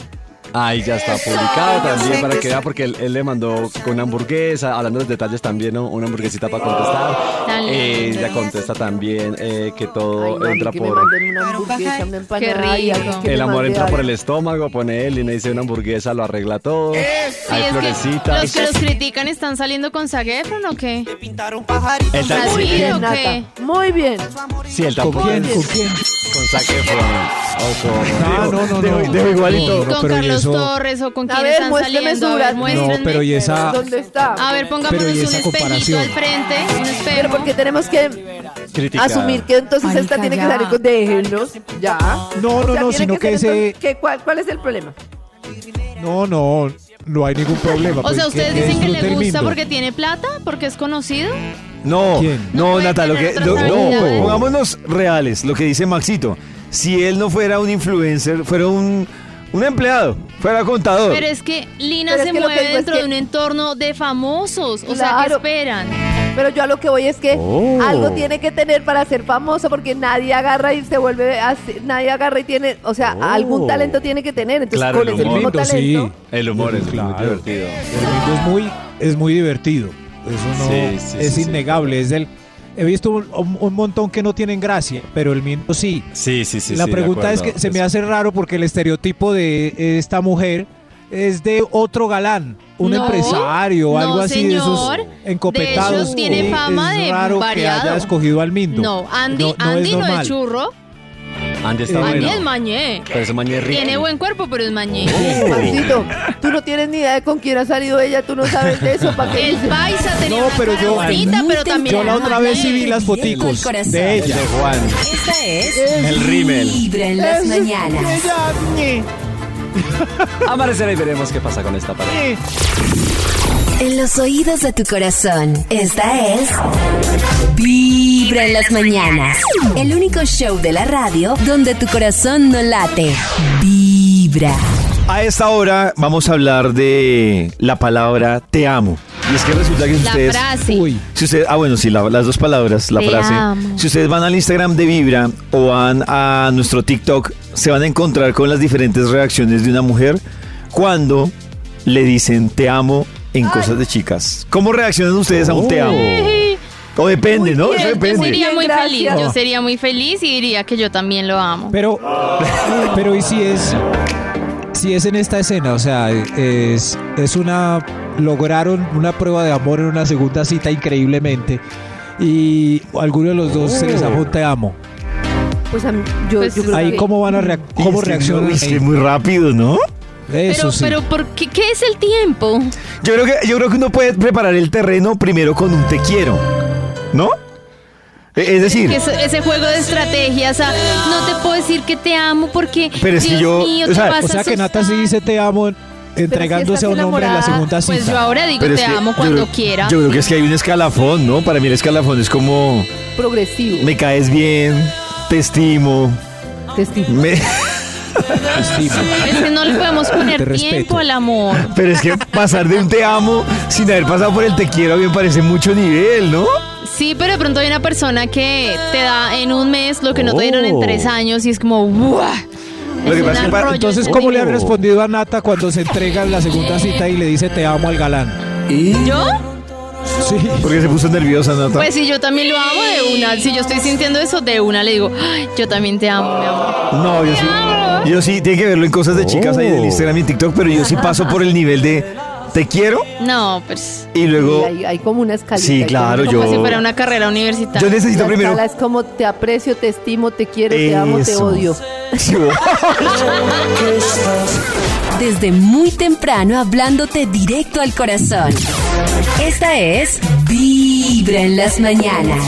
Ahí ya está publicado también para que vea, porque él, él le mandó con una hamburguesa, hablando de los detalles también, ¿no? una hamburguesita para contestar. Tan Eh, lindo. ella contesta también eh, que todo Ay, entra que me por... manden una hamburguesa, una empanada y algo que me El amor mande entra por algo. el estómago, pone él y me dice una hamburguesa, lo arregla todo. Hay Eh, es que florecitas. Los que los critican están saliendo con Zaguefron o qué? pintaron El Zac ¿Así Efron. o qué? Muy bien. Sí, el tampoco. quién? es- ¿Con Con Zac Efron. O con... no, no, Dejo- no. dejo igualito. No, no, ¿Con pero y Carlos eso- Torres o con A quién ver, Ah, están muéstreme saliendo? A su ver, brazo. muéstrenme. No, pero y esa- ¿Dónde está? A ver, pongámonos Pero un y esa espejito comparación. al frente. Un espejo. Porque tenemos que Criticar. asumir que entonces esta tiene que salir con déjenlos. Ya. No, O no, sea, no, tiene sino que ser ese... entonces- ¿qué- cuál, cuál es el problema? No, no, no hay ningún problema. O pues, sea, ¿ustedes dicen que le disfrute el gusta lindo. porque tiene plata? ¿Porque es conocido? No, Pues, no, Nata, lo tener que, otras lo- habilidades. no, pues, pongámonos reales, lo que dice Maxito. Si él no fuera un influencer, fuera un, un empleado, fuera Oh. contador. Pero es que Lina Pero es se que lo que mueve digo es dentro que- de un entorno de famosos. O sea, ¿qué Claro. esperan? Pero yo a lo que voy es que Oh. algo tiene que tener para ser famoso porque nadie agarra y se vuelve así, nadie agarra y tiene, o sea, Oh. algún talento tiene que tener. Entonces, Claro, con el ese humor. mismo Lindo, talento, sí. El humor es muy divertido. El domingo es muy, es muy divertido. Eso no Sí, sí, es sí, sí. innegable. Es del, he visto un, un- un montón que no tienen gracia, pero el Mindo sí. Sí, sí, sí. la sí, de pregunta es acuerdo. que se me hace raro porque el estereotipo de eh, esta mujer es de otro galán, un No, empresario, no, algo así señor. de esos encopetados. De hecho, tiene Eh, fama es de raro variado. que haya escogido al Mindo. No, Andy, No, no Andy es no es, normal. churro. Andy está Andy bueno. es mañé. Pero ese mañe es rico. Tiene buen cuerpo, pero es mañé. Oh. Maxito, tú no tienes ni idea de con quién ha salido ella, tú no sabes de eso. ¿para qué El dices? paisa tenía No, una pero cara yo- bonita, pero también Yo la era otra vez mañé. sí vi las foticos corazón. de ella. El de Juan. Esta es El rímel. Vibra en las mañanas. Amanecerá y veremos qué pasa con esta pareja. En los oídos de tu corazón, esta es Vibra en las mañanas. El único show de la radio donde tu corazón no late. Vibra. A esta hora vamos a hablar de la palabra te amo. Y es que resulta que si La ustedes. frase. Si ustedes, ah, bueno, sí, la- las dos palabras, la Te frase. amo. Si ustedes van al Instagram de Vibra o van a nuestro TikTok, se van a encontrar con las diferentes reacciones de una mujer cuando le dicen te amo en cosas de chicas. ¿Cómo reaccionan ustedes a un te amo? O depende, ¿no? Eso Yo Pues depende. sería muy Gracias. feliz, yo sería muy feliz y diría que yo también lo amo. Pero, pero y si es, si es en esta escena, o sea, es, es una lograron una prueba de amor en una segunda cita increíblemente y alguno de los dos se les Oh. amó un te amo. Pues a mí- yo, yo creo Ahí que- cómo van a reac- cómo Es que- reaccionan. uy, es que ahí? muy rápido, ¿no? Eso pero, sí. pero ¿por qué, qué es el tiempo? Yo creo que, yo creo que uno puede preparar el terreno primero con un te quiero, ¿no? E- Es decir, Que es- ese juego de estrategias, ah, no te puedo decir que te amo porque Pero es que Dios yo- mío, o te sea- vas o a sea que asustar. Nata sí dice te amo en- entregándose a un hombre en la segunda cita. Pues yo ahora digo pero te es que amo yo cuando creo- quiera. Yo creo que es que hay un escalafón, ¿no? Para mí el escalafón es como progresivo. me caes bien, te estimo, te estimo. me- Es que no le podemos Te poner respeto. tiempo al amor. pero es que pasar de un te amo sin haber pasado por el te quiero a mí me parece mucho nivel, ¿no? Sí, pero de pronto hay una persona que te da en un mes lo que no te dieron en Oh. tres años y es como ¡buah! Lo Es que pasa un es que para- arroyo Entonces, ese ¿cómo le Oh. han niño. respondido a Nata cuando se entrega en la segunda cita y le dice te amo al galán? ¿Yo? Sí. Porque se puso nerviosa, Nata. Pues si yo también lo amo de una. Si yo estoy sintiendo eso de una, le digo, "Ay, yo también te amo, mi amor. No, yo sí. Yo sí, tiene que verlo en cosas de chicas ahí del Instagram y TikTok, pero yo sí paso por el nivel de te quiero No, pues. y luego. hay, hay como una escalita. Sí, hay como- claro, Como yo. si fuera una carrera universitaria. Yo necesito La primero. escala es como te aprecio, te estimo, te quiero, te amo, te Eso. odio. Sí, bo- Desde muy temprano hablándote directo al corazón. Esta es Vibra en las mañanas.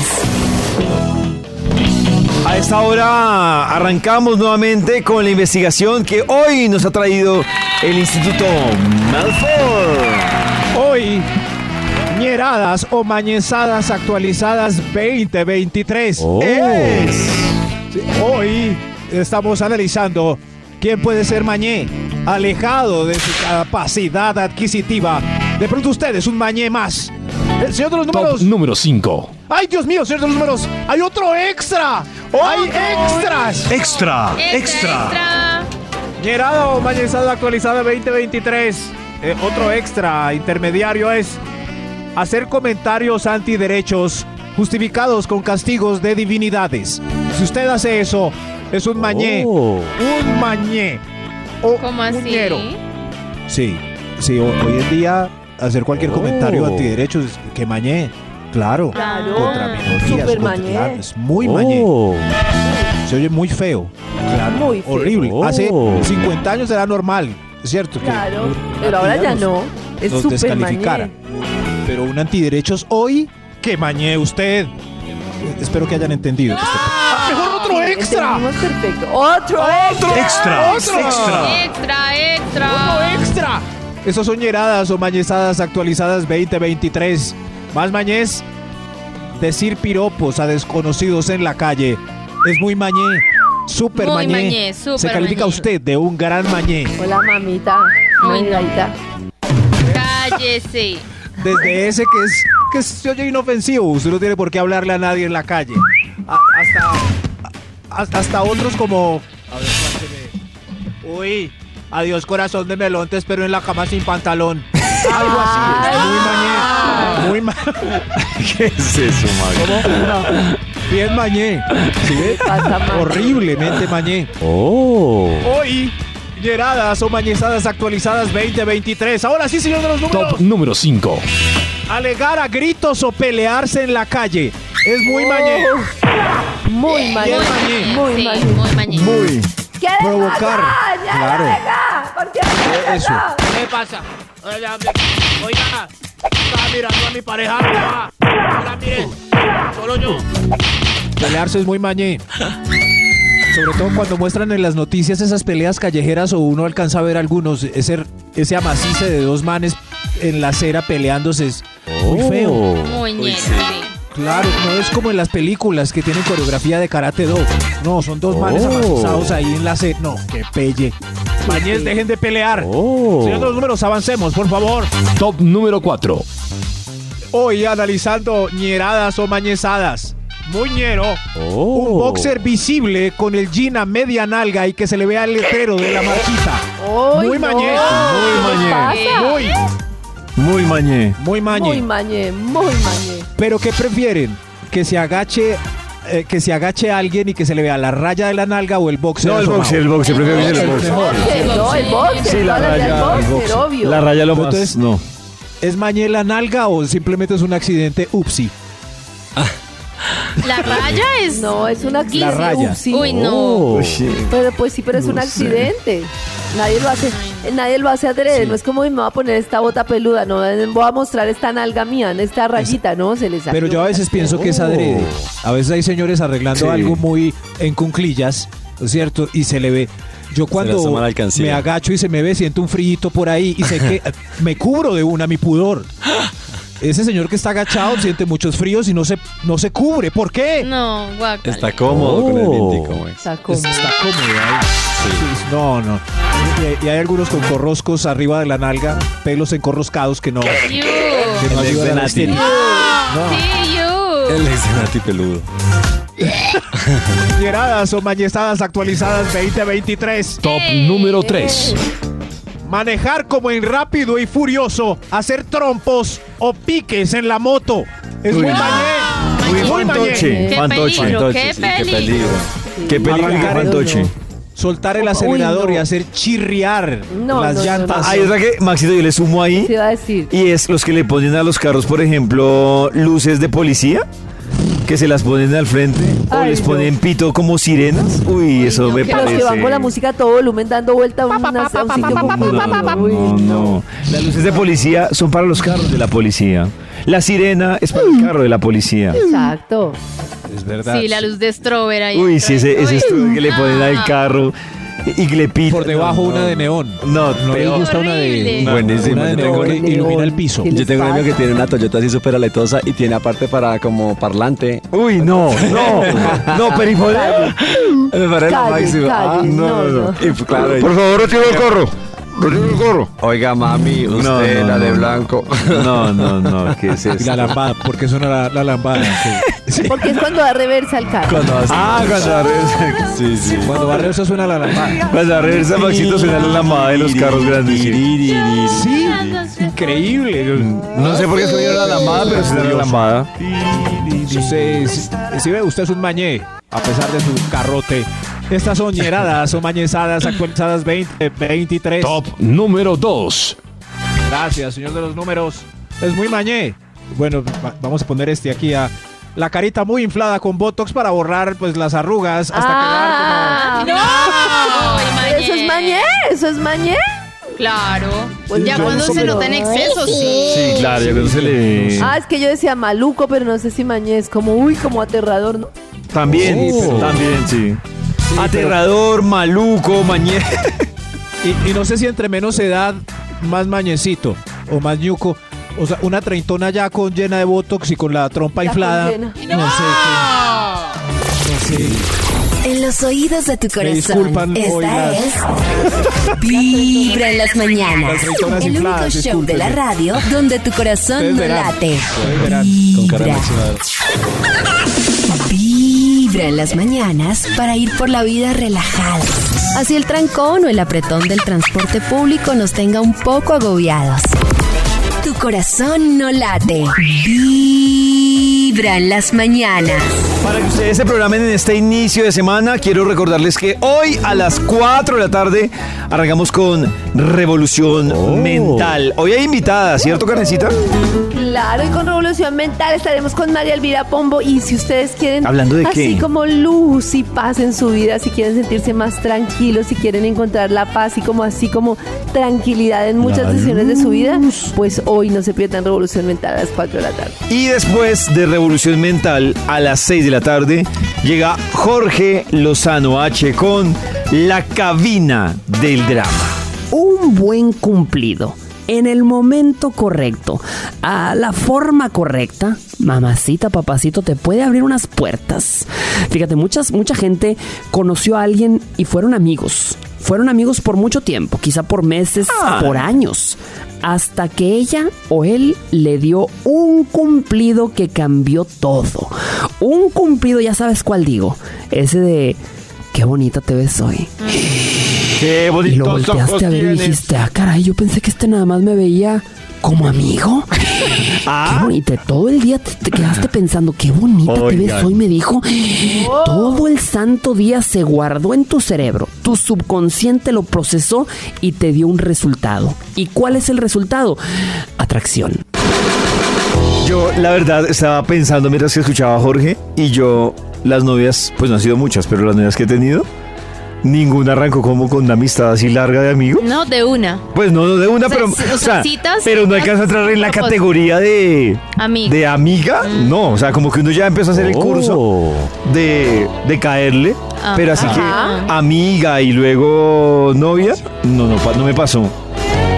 A esta hora arrancamos nuevamente con la investigación que hoy nos ha traído el Instituto Malfoy. Hoy, ñeradas o mañezadas actualizadas 2023. Oh. Es. Hoy estamos analizando quién puede ser mañé, alejado de su capacidad adquisitiva. De pronto usted es un mañé más. El señor de los números. número 5. ¡Ay, Dios mío, señor de los números! ¡Hay otro extra! ¡Hay extras! Extra, Gerardo Mañezada actualizada 2023. Eh, otro extra intermediario es hacer comentarios antiderechos justificados con castigos de divinidades. Si usted hace eso, es un mañé. Oh. Un mañé. O ¿Cómo así? muñero. Sí, sí, ho- hoy en día hacer cualquier Oh. comentario antiderechos es que mañé. Claro. Claro. Contra minorías. Súper contra- mañé. claro, es muy mañé. Se oye muy feo. Oh. Claro. Muy feo. Horrible. Oh. Hace 50 años era normal, es ¿cierto? que Claro, un pero ahora ya antidemocrático no. Es ¿eh? nos súper descalificara. mañé. Pero un antiderechos hoy, que mañé usted. Espero que hayan entendido. Ah, ¡Mejor otro extra! perfecto. ¡Ah! ¡Otro, extra! extra! Extra, extra. Extra, extra. extra! Esas son ñeradas o mañezadas actualizadas 2023. Más mañez, decir piropos a desconocidos en la calle es muy mañé. Súper Muy mañé. mañé, súper Se califica mañé. usted de un gran mañé. Hola, mamita. Ay, no. Mamita. Cállese. Desde ese que es que se oye inofensivo, usted no tiene por qué hablarle a nadie en la calle. A- hasta, hasta, hasta otros como. A ver, cuál se me- Uy, adiós corazón de melón, te espero en la cama sin pantalón. Algo así. Muy mañé. Muy ma ¿Qué es eso, Mario? Bien mañé. ¿Sí ve? Horriblemente mañé. Oh. Hoy, Lleradas o mañezadas actualizadas 2023. Ahora sí, señor de los números. Top número 5. Alegar a gritos o pelearse en la calle. Es muy mañé. Oh, Muy mañé. Bien mañé. Muy Sí, mañé. muy mañana. Muy. ¿Qué Provocar. pasa? ¡Ya, Claro. venga! ¿Por qué Eh, eso. ¿Qué pasa? Oiga, me- oiga, estaba mirando a mi pareja. oiga. Ahora mire, solo yo. Pelearse es muy mañé. Sobre todo cuando muestran en las noticias esas peleas callejeras o uno alcanza a ver algunos, ese, ese amacice de dos manes en la acera peleándose es muy feo. Oh. Muñeca. Claro, no es como en las películas que tienen coreografía de karate do. No, son dos manes amacizados ahí en la acera. No, qué pelle. Mañés, dejen de pelear. Oh. Señor de los números, avancemos, por favor. Oh. Top número 4. Hoy analizando ñeradas o mañezadas. Muñero. Oh. Un boxer visible con el jean a media nalga y que se le vea el letrero de la marquita. ¡Ay, Muy no! mañé. ¿Qué Muy Eh, mañé. pasa? Muy, Muy mañé. muy mañé. Muy mañé, muy mañé. Pero ¿qué prefieren? Que se agache eh, que se agache alguien y que se le vea la raya de la nalga o el boxer. No, el asomado? boxer, el boxer, prefiero que sea el boxer. mejor. Boxer, no, el boxer. Sí, la todas las del raya, el boxer, boxer. obvio. La raya lo Pero más. entonces- No. ¿Es mañé la nalga o simplemente es un accidente? Upsi. La raya es. No, es un accidente. raya. Oh, Upsi. Uy, no. Pero pues sí, pero es un No sé. accidente. Nadie lo hace, eh, nadie lo hace adrede. No es como "Ay, me voy a poner esta bota peluda, no eh, voy a mostrar esta nalga mía, esta rayita, no, se les Pero yo a veces pienso que es adrede. A veces hay señores arreglando Oh. Sí. algo muy en cunclillas, ¿no es ¿cierto? Y se le ve. Yo cuando asoma la alcancía. me agacho y se me ve, siento un frillito por ahí y sé que me cubro de una mi pudor. Ese señor que está agachado siente muchos fríos y no se, no se cubre. ¿Por qué? No, guacala. Está cómodo con Oh. el vientico, güey. Es- Está cómodo ahí. Sí, No, no. Y, y hay algunos con corroscos arriba de la nalga, pelos encorroscados que no. que You. no ayudan de al Nati. estilo. Ah, Sí, you. El ex de Nati Peludo. Lleradas o mañestadas actualizadas 2023. Top número 3. Manejar como en rápido y furioso, hacer trompos o piques en la moto. Es Uy, muy no. mañé. Muy Fantoche. mañé. Qué Fantoche. peligro, qué Fantoche, sí, qué peligro. Qué peligro, qué Arrancar el- fantoche. Soltar el acelerador Uy, no. y hacer chirriar No, las no, no, llantas. Hay otra que, Maxito, yo le sumo ahí. Se iba a decir. Y es los que le ponen a los carros, por ejemplo, luces de policía, que se las ponen al frente, o Ay, les no. ponen pito como sirenas. Uy, eso me Que los parece. que van con la música a todo volumen dando vuelta a un, a un sitio como- Uy, No, no. Las luces de policía son para los carros de la policía. La sirena es para el carro de la policía. Exacto. Es verdad. Sí, la luz de Strober ahí. Uy, sí, ese, ese Uy, estudio que le ponen al no. carro y, y que le pitan. Por debajo No, una no. de neón. No, No le peor. gusta una de, Horrible. una Buenísimo, de yo neón tengo que un- ilumina el piso. ¿Qué Yo les tengo un amigo que pasa? tiene una Toyota así súper aletosa y tiene aparte para como parlante. Uy, no, no, no, perifolero. Me parece lo Calle, máximo. calle, Ah, no, no. Y, pues, claro, y- Por favor, retiro el corro. el gorro. Oiga, mami, usted No, no, la de no, no. blanco. No, no, no, ¿qué es eso? La lambada, porque suena la, la lambada. Porque es cuando da reversa el carro. Ah, cuando va a regresar. Sí, sí. Cuando va a regresar suena la lambada. Cuando va a regresar Maxito suena la lambada de los carros grandes. Sí. Sí, increíble. No sé por qué suena la lambada, pero suena la lambada. Usted, si, si ve, usted es un mañé, a pesar de su carrote. Estas son ñeradas, son mañezadas actualizadas 20, 23. Top número 2. Gracias, señor de los números. Es muy mañé. Bueno, va- vamos a poner este aquí a la carita muy inflada con botox para borrar pues las arrugas hasta Ah, no. Eso es mañé, eso es mañé. Claro. Pues ya yo cuando no se creo. nota en exceso, sí. Sí, claro, yo creo que se le. Ah, es que yo decía maluco, pero no sé si mañé es como, uy, como aterrador, ¿no? También, Sí, pero- también, sí. Aterrador, maluco, mañé. que y, y no sé si entre menos edad, más mañecito o más ñuco. O sea, una treintona ya con llena de botox y con la trompa inflada. llena. No sé qué- no sé. En los oídos de tu Me corazón. disculpan hoy Esta las- es. Vibra en las mañanas. Las traiciones El único infladas, show de la discúlpenme. radio donde tu corazón Ustedes no verán. late. Ustedes verán. Con cara de emocionado. Vibra en las mañanas para ir por la vida relajada. Así el trancón o el apretón del transporte público nos tenga un poco agobiados. Tu corazón no late. Vibra en las mañanas. Para que ustedes se programen en este inicio de semana, quiero recordarles que hoy a las 4 de la tarde arrancamos con Revolución Mental. Hoy hay invitada, ¿cierto, Carnecita? Claro, y con Revolución Mental estaremos con María Elvira Pombo. Y si ustedes quieren, ¿Hablando de así qué? como luz y paz en su vida, si quieren sentirse más tranquilos, si quieren encontrar la paz y como así como tranquilidad en muchas La decisiones de su vida, pues hoy no se pierdan Revolución Mental a las 4 de la tarde. Y después de Revolución Mental, a las 6 de la tarde, llega Jorge Lozano H con La Cabina del Drama. un buen cumplido en el momento correcto, a la forma correcta, mamacita, papacito, te puede abrir unas puertas. Fíjate, muchas, mucha gente conoció a alguien y fueron amigos. Fueron amigos por mucho tiempo, quizá por meses, por años, hasta que ella o él le dio un cumplido que cambió todo. Un cumplido, ya sabes cuál digo, ese de, qué bonita te ves hoy. Qué Y lo bonitos ojos volteaste a ver y tienes. dijiste, ah, caray, yo pensé que este nada más me veía como amigo. Qué bonito. Todo el día te, te quedaste pensando, qué bonita te Oigan. ves hoy, me dijo. Todo el santo día se guardó en tu cerebro. Tu subconsciente lo procesó y te dio un resultado. ¿Y cuál es el resultado? Atracción. Yo, la verdad, estaba pensando mientras que escuchaba a Jorge y yo, las novias, pues no han sido muchas, pero las novias que he tenido, ninguna arrancó como con una amistad así larga de amigos. No, de una. Pues no, no de una, O sea, pero, sí, o sea, o sea, citas, pero no citas, alcanza a entrar en la propósito. categoría de, Amigo. de amiga. Mm. No, o sea, como que uno ya empezó Oh. a hacer el curso de, de caerle. Ajá. Pero así que Ajá. amiga y luego novia, no, no, pa- no me pasó.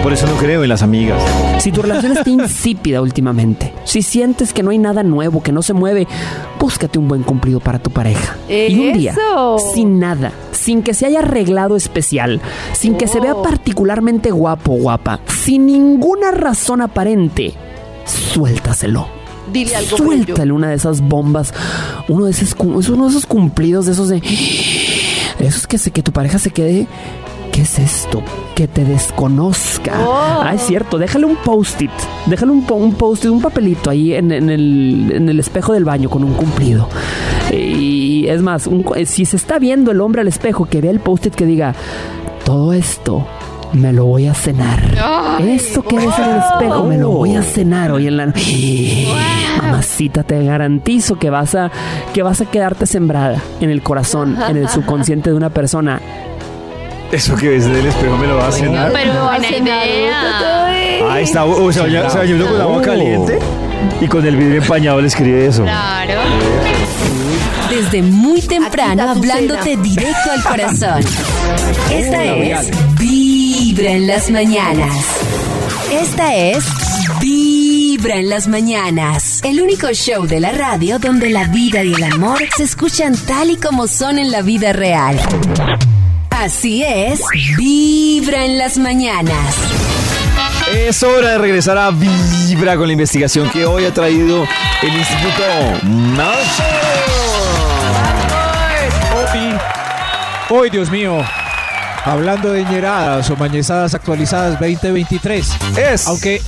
Por eso no creo en las amigas. Si tu relación está insípida últimamente, si sientes que no hay nada nuevo, que no se mueve, búscate un buen cumplido para tu pareja. Y un día, ¡Eso! sin nada, sin que se haya arreglado especial, sin que se vea particularmente guapo o guapa, sin ninguna razón aparente, suéltaselo. Dile algo Suéltale una de esas bombas, uno de esos, cum- es uno de esos cumplidos, de esos de... Esos que, se, que tu pareja se quede... ¿Qué es esto? Que te desconozca. Oh. Ah, es cierto. Déjale un post-it. Déjale un, po- un post-it, un papelito ahí en, en el, en el espejo del baño con un cumplido. Y es más, un cu- si se está viendo el hombre al espejo, que vea el post-it que diga, todo esto me lo voy a cenar. Esto que ves en el espejo me lo voy a cenar hoy en la noche. Mamacita, te garantizo que vas a que vas a quedarte sembrada en el corazón, en el subconsciente de una persona. Eso que ves en el espejo me lo va a cenar. Pero buena idea. Ah, está, o se baña, se baña uno con agua caliente y con el vidrio empañado le escribe eso. Claro. Desde muy temprano hablándote directo al corazón. Esta es Vibra en las mañanas. Esta es Vibra en las mañanas. El único show de la radio donde la vida y el amor se escuchan tal y como son en la vida real. Así es, vibra en las mañanas. Es hora de regresar a Vibra con la investigación que hoy ha traído el Instituto Nacho. Hoy, Dios mío, hablando de ñeradas o mañezadas actualizadas 2023. Es. Aunque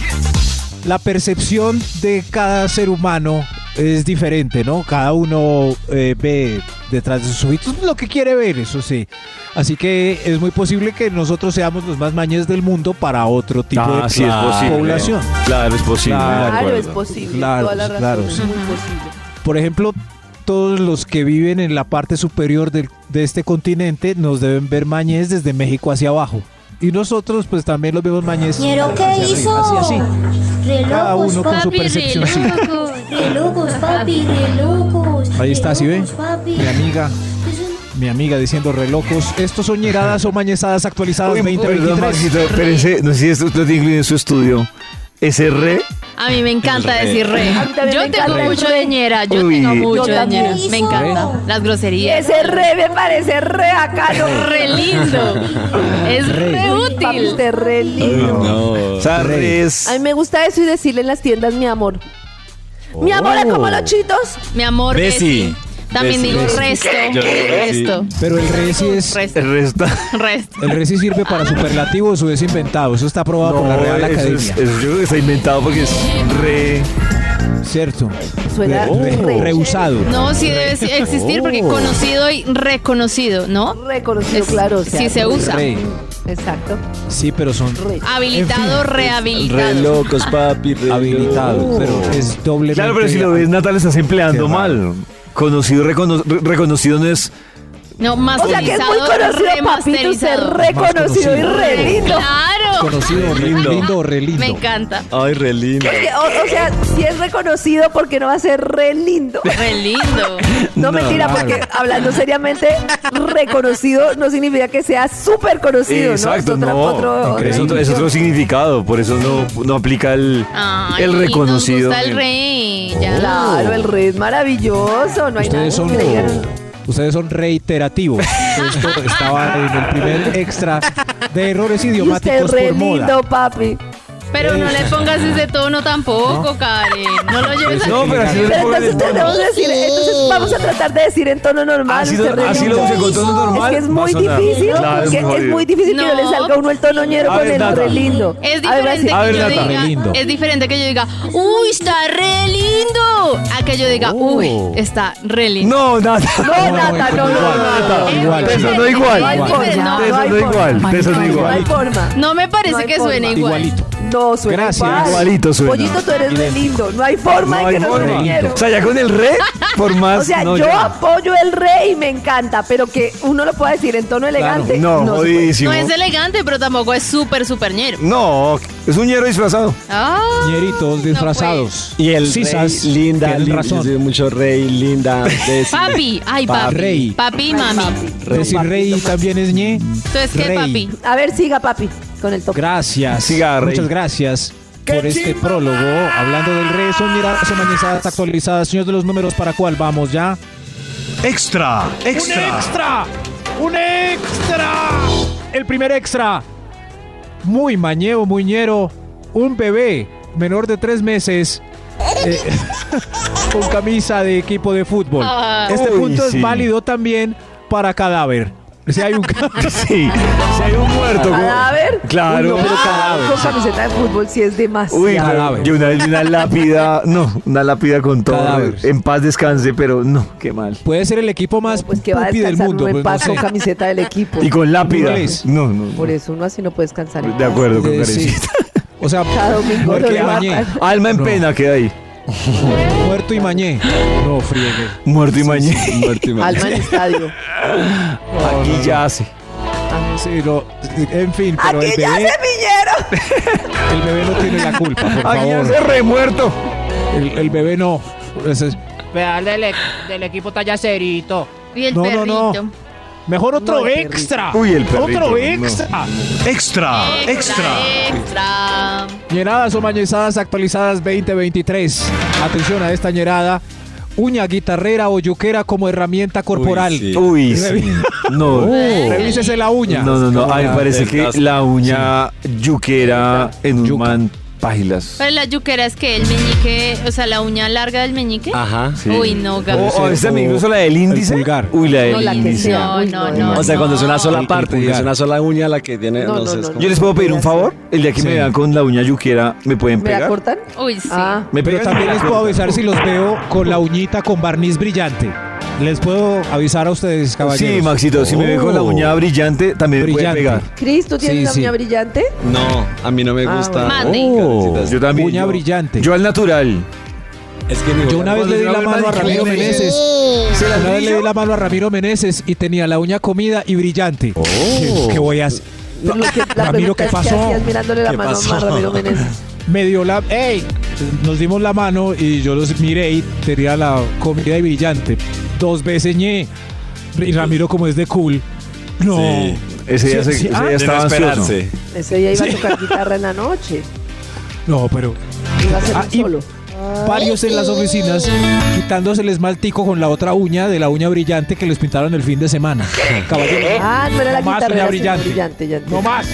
la percepción de cada ser humano es diferente, ¿no? Cada uno eh, ve detrás de sus ojitos lo que quiere ver, eso sí. Así que es muy posible que nosotros seamos los más mañes del mundo para otro tipo de Ah, sí, es posible. población. Claro, es posible. Claro, de es acuerdo. posible. Claro, toda la razón claro, es sí. muy posible. Por ejemplo, todos los que viven en la parte superior del- de este continente nos deben ver mañez desde México hacia abajo. Y nosotros pues también los vemos mañez. Ñero, ¿qué hacia arriba, hizo? hacia así. Re Cada locos, uno con su papi, percepción, sí. re locos, re locos, papi, re locos. Ahí está, re ¿sí ve? locos, papi. Mi amiga. Mi amiga diciendo relocos. Estos son ñeradas o mañezadas actualizadas Perdón, 2023. Maxito, pero ese, no sé si esto lo tiene incluido en su estudio. Ese re. A mí me encanta Re. decir re. A mí también Yo me tengo encanta el mucho re. de ñera, yo Uy. tengo Yo mucho de también. ñera. Me encanta. Las groserías. Ese re me parece Ah, re bacano. Re lindo. Es Re. re Papi, útil. usted re lindo. O sea, re es. A mí me gusta eso y decirle en las tiendas mi amor. Mi amor es como los chitos. Mi amor, Bessie. Bessie. También Bessie. digo Bessie. resto. Yo creo que sí. Resto. Pero el re sí es. El resto. Resto. El re sí sirve para superlativos o es inventado. Eso está aprobado por la No, Real eso Academia. es- eso yo creo que está inventado porque es re. Cierto. Suena Re- re- Reusado. No, sí debe si- existir porque Oh. conocido y reconocido, ¿no? Reconocido, Es- claro. o sea, sí se usa. Re. Exacto. Sí, pero son Habilitado, rehabilitado. locos, papi. habilitados. Pero es doble. Claro, pero si lo ves, Natal, estás empleando mal. Conocido, recono- re- reconocido no es. No, más O sea que es muy conocido, papito. Usted reconocido y re lindo. Claro. Conocido, re Lindo. lindo, re lindo. Me encanta. Ay, re lindo. Es que, O, o sea, si es reconocido, porque no va a ser re lindo? Re lindo. No, No, mentira, claro. porque hablando seriamente, reconocido no significa que sea súper conocido, Exacto, ¿no? Es otra- no. otro- otra es, otro, es definición. otro significado, por eso no, no aplica el, Ay, el reconocido. Nos gusta el rey. Ya. Claro, el rey es maravilloso, no hay nada Ustedes son, que le digan. ustedes son reiterativos. Esto estaba en el primer extra de errores Y usted idiomáticos re por moda. lindo, papi. Pero no le pongas ese tono tampoco, Karen. No lo lleves No, pero así Pero no le pongan entonces el tono. tenemos que decir, entonces vamos a tratar de decir en tono normal. Así usted lo- re así lo lindo. usen con tono normal, Es que es va a muy sonar. difícil, Claro, es porque muy es jodido. muy difícil que no le No. salga a uno el tono ñero A con ver, el Nata. re lindo. Es A ver, diferente así- A ver, que yo Nata. diga, Re lindo. es diferente que yo diga, uy, está re lindo. A que yo diga, uy, está re lindo. Oh. No, nada. No, Nata, no, no, igual, no, no. igual. Eso no igual. No hay Igual. forma, No, no Eso hay no forma. igual. Eso no No hay igual. forma. No me No parece hay que forma. suene igual. Igualito. No, suena Gracias. igual. Igualito suena. Pollito, tú eres re lindo. No hay forma No de hay que no forma. suene ñero. O sea, ya con el re, por más. O sea, no, yo ya. apoyo el re y me encanta, pero que uno lo pueda decir en tono elegante. No, se puede. jodidísimo. No es elegante, pero tampoco es súper, súper ñero. No, es un ñero disfrazado. Ah, Ñeritos disfrazados. Y el Sisas, rey, linda, tienen linda, razón. yo soy mucho rey, linda. Eh, Desi. papi, ay, Pa- papi. rey. Papi, mami. Rey. Decir rey también es ñe. Entonces, ¿qué, Rey. papi? A ver, siga, papi, con el toque. Gracias. Siga, rey. Muchas gracias por este prólogo. Hablando del re, son miradas humanizadas actualizadas. Señor de los números, ¿para cuál vamos ya? Extra, extra. extra! ¡Un extra! El primer extra. Muy mañeo, muñero. Un bebé menor de tres meses. eh, con camisa de equipo de fútbol. Ah. Este Uy, punto sí. es válido también para cadáver. Si hay un ca- Sí, si hay un muerto. como- Cadáver. Claro. Uy, no, pero cadáver. Con camiseta de fútbol sí es demasiado. Uy, Cadáver. yo una vez vi una lápida, no, una lápida con todo. Cadáver. En paz descanse, pero no, qué mal. puede ser el equipo más pues que va a pupi del descansar mundo. uno en pues, no paz sé. con camiseta del equipo. Y con lápida. Inglés. No, no, Por eso uno así no puede descansar. en De paz. acuerdo con Eh, sí. Karencita. O sea, Cada domingo muerto lo y mañé. matan. Alma en No. pena queda ahí. Muerto y mañé. No, friegue. Muerto y mañé. Muerte y madre. Alma en estadio. Aquí ya hace. Sí, no, En fin, pero ¡Aquí el ya bebé, se piñero! el bebé no tiene la culpa, por Aquí ya favor. se remuerto. El, el bebé no. Ese es- Veal del, equipo Tallacerito. Y el No, no, no. perrito. Mejor otro No, el perrito. extra. Uy, el perrito, Otro no. extra. Ah, Extra, extra. Extra. Ñeradas o mañezadas actualizadas 2023. Atención a esta ñerada. uña guitarrera o yuquera como herramienta corporal. Uy, sí. Revi- No. Revísese la uña. No, no, no. Ay, parece que la uña yuquera en un man pailas. Pero la yuquera es que el meñique, o sea, la uña larga del meñique. Uy, no, O, gato. o esta, incluso la del índice. Uy, la del No, la que índice. sea. No, no, no, O sea, no. cuando es una sola El- el parte y es pulgar. una sola uña la que tiene. No, No, no, sé, es no, como- Yo les puedo pedir un favor. El día que me vean con la uña yuquera, ¿me pueden ¿Me la pegar? cortan? Uy, sí. Ah. ¿Me Pero pegan? también les puedo avisar si los veo con la uñita con barniz brillante. Les puedo avisar a ustedes, caballeros. Oh. Sí, Maxito, si me ven con la uña brillante, también me pueden pegar. Cris, ¿tú tienes Sí, la sí. uña brillante? No, a mí no me Ah, gusta. bueno. Oh. yo también. Uña brillante. Yo al natural. Es que mi Yo una vez le di la mano a Ramiro Meneses. Una vez le di la mano a Ramiro Meneses y tenía la uña comida y brillante. Oh. ¿Qué, qué voy a hacer? Pero lo que- la pregunta Ramiro, ¿qué es, ¿qué pasó? hacías mirándole la ¿Qué mano a pasó? Ramiro Meneses? Me dio la. ¡Ey! Nos dimos la mano y yo los miré y tenía la comida y brillante. Dos veces ñe. Y Ramiro, como es de cool. No. ah. Sí. Ah, Ese día se- ese día estaba De no ansioso. esperarse. Ese día iba a tocar guitarra en la noche. No, pero. Iba a hacer Ah, un solo. Varios en las oficinas quitándose el esmaltico con la otra uña de la uña brillante que les pintaron el fin de semana. Caballero. Ah, no era la no más guitarra, uña era brillante. brillante. ya entendí. No más.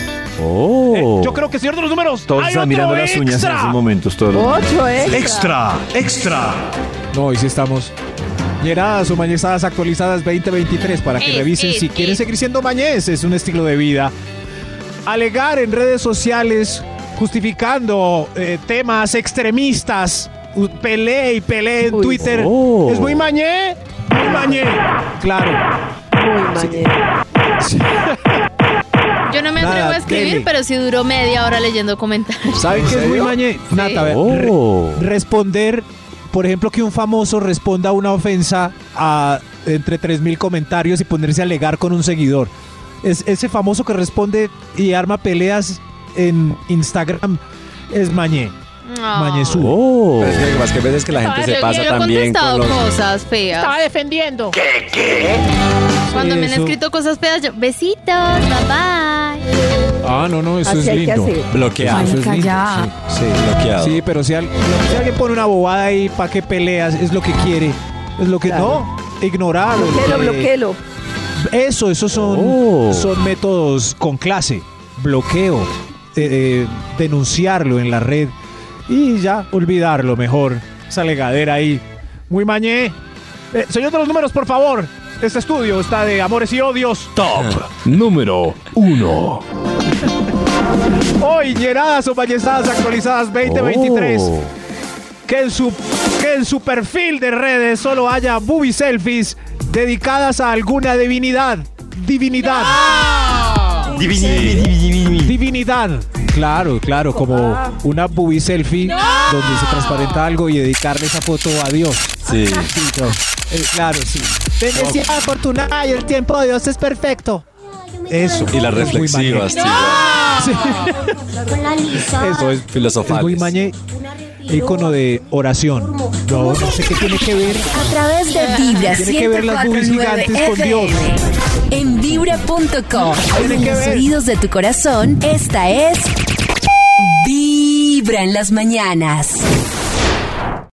Oh. Eh, Yo creo que señor de los números. Todos están mirando las uñas en esos momentos. Todos los días. Ocho, ¿eh? Extra, extra. No, hoy sí estamos. Llenadas o mañezadas actualizadas 2023 para que Eh, revisen eh, si eh. quieren seguir siendo mañez, es un estilo de vida. Alegar en redes sociales justificando eh, temas extremistas, u- peleé y peleé en Twitter. Oh. Es muy mañé, muy mañé. Claro. ¿eh? Muy mañana. Yo no me Nada, atrevo a escribir, dele. pero sí duró media hora leyendo comentarios. ¿Saben qué es muy mañé? Nata, a ver, re- Oh. responder, por ejemplo, que un famoso responda a una ofensa a entre 3.000 comentarios y ponerse a alegar con un seguidor. Es, ese famoso que responde y arma peleas en Instagram es mañé. Mañezú. Oh. Pero es que lo que pasa es que a veces que la gente se pasa yo he también contestado con los. cosas feas. Estaba defendiendo. ¿Qué? ¿Qué? Cuando Sí, me han eso. escrito cosas feas, yo, besitos, bye bye. Ah, no, no, eso Así es hay que lindo. hacer. Bloqueado. Eso es lindo, ya. Sí, bloqueado. Sí, pero si, al- si alguien pone una bobada ahí, ¿para qué peleas? Es lo que quiere. Es lo que no. Ignorarlo. Bloquelo, eh, bloquelo. Eso, esos son, son métodos con clase. Bloqueo, eh, eh, denunciarlo en la red y ya olvidarlo mejor. Esa legadera ahí. Muy mañé. Eh, señor de los números, por favor. Este estudio está de amores y odios. Top. Número 1. Hoy, llenadas o ballestadas actualizadas 2023. Oh. Que, en su, que en su perfil de redes solo haya booby selfies dedicadas a alguna divinidad. Divinidad. Divinidad. Claro, claro, como una booby selfie donde se transparenta algo y dedicarle esa foto a Dios. Sí. no. Eh, claro, sí. Bendecida, afortunada y el tiempo de Dios es perfecto. Eso. Y las Muy reflexivas, mañé. tío. Con la lisa. Eso es filosofal. Es muy mañé. Icono de oración. No, no sé qué tiene que ver. A través de Vibra Tiene que ver las boobies 104.9 gigantes con Dios. FM. En vibra.com. En los oídos de tu corazón, esta es Vibra en las mañanas.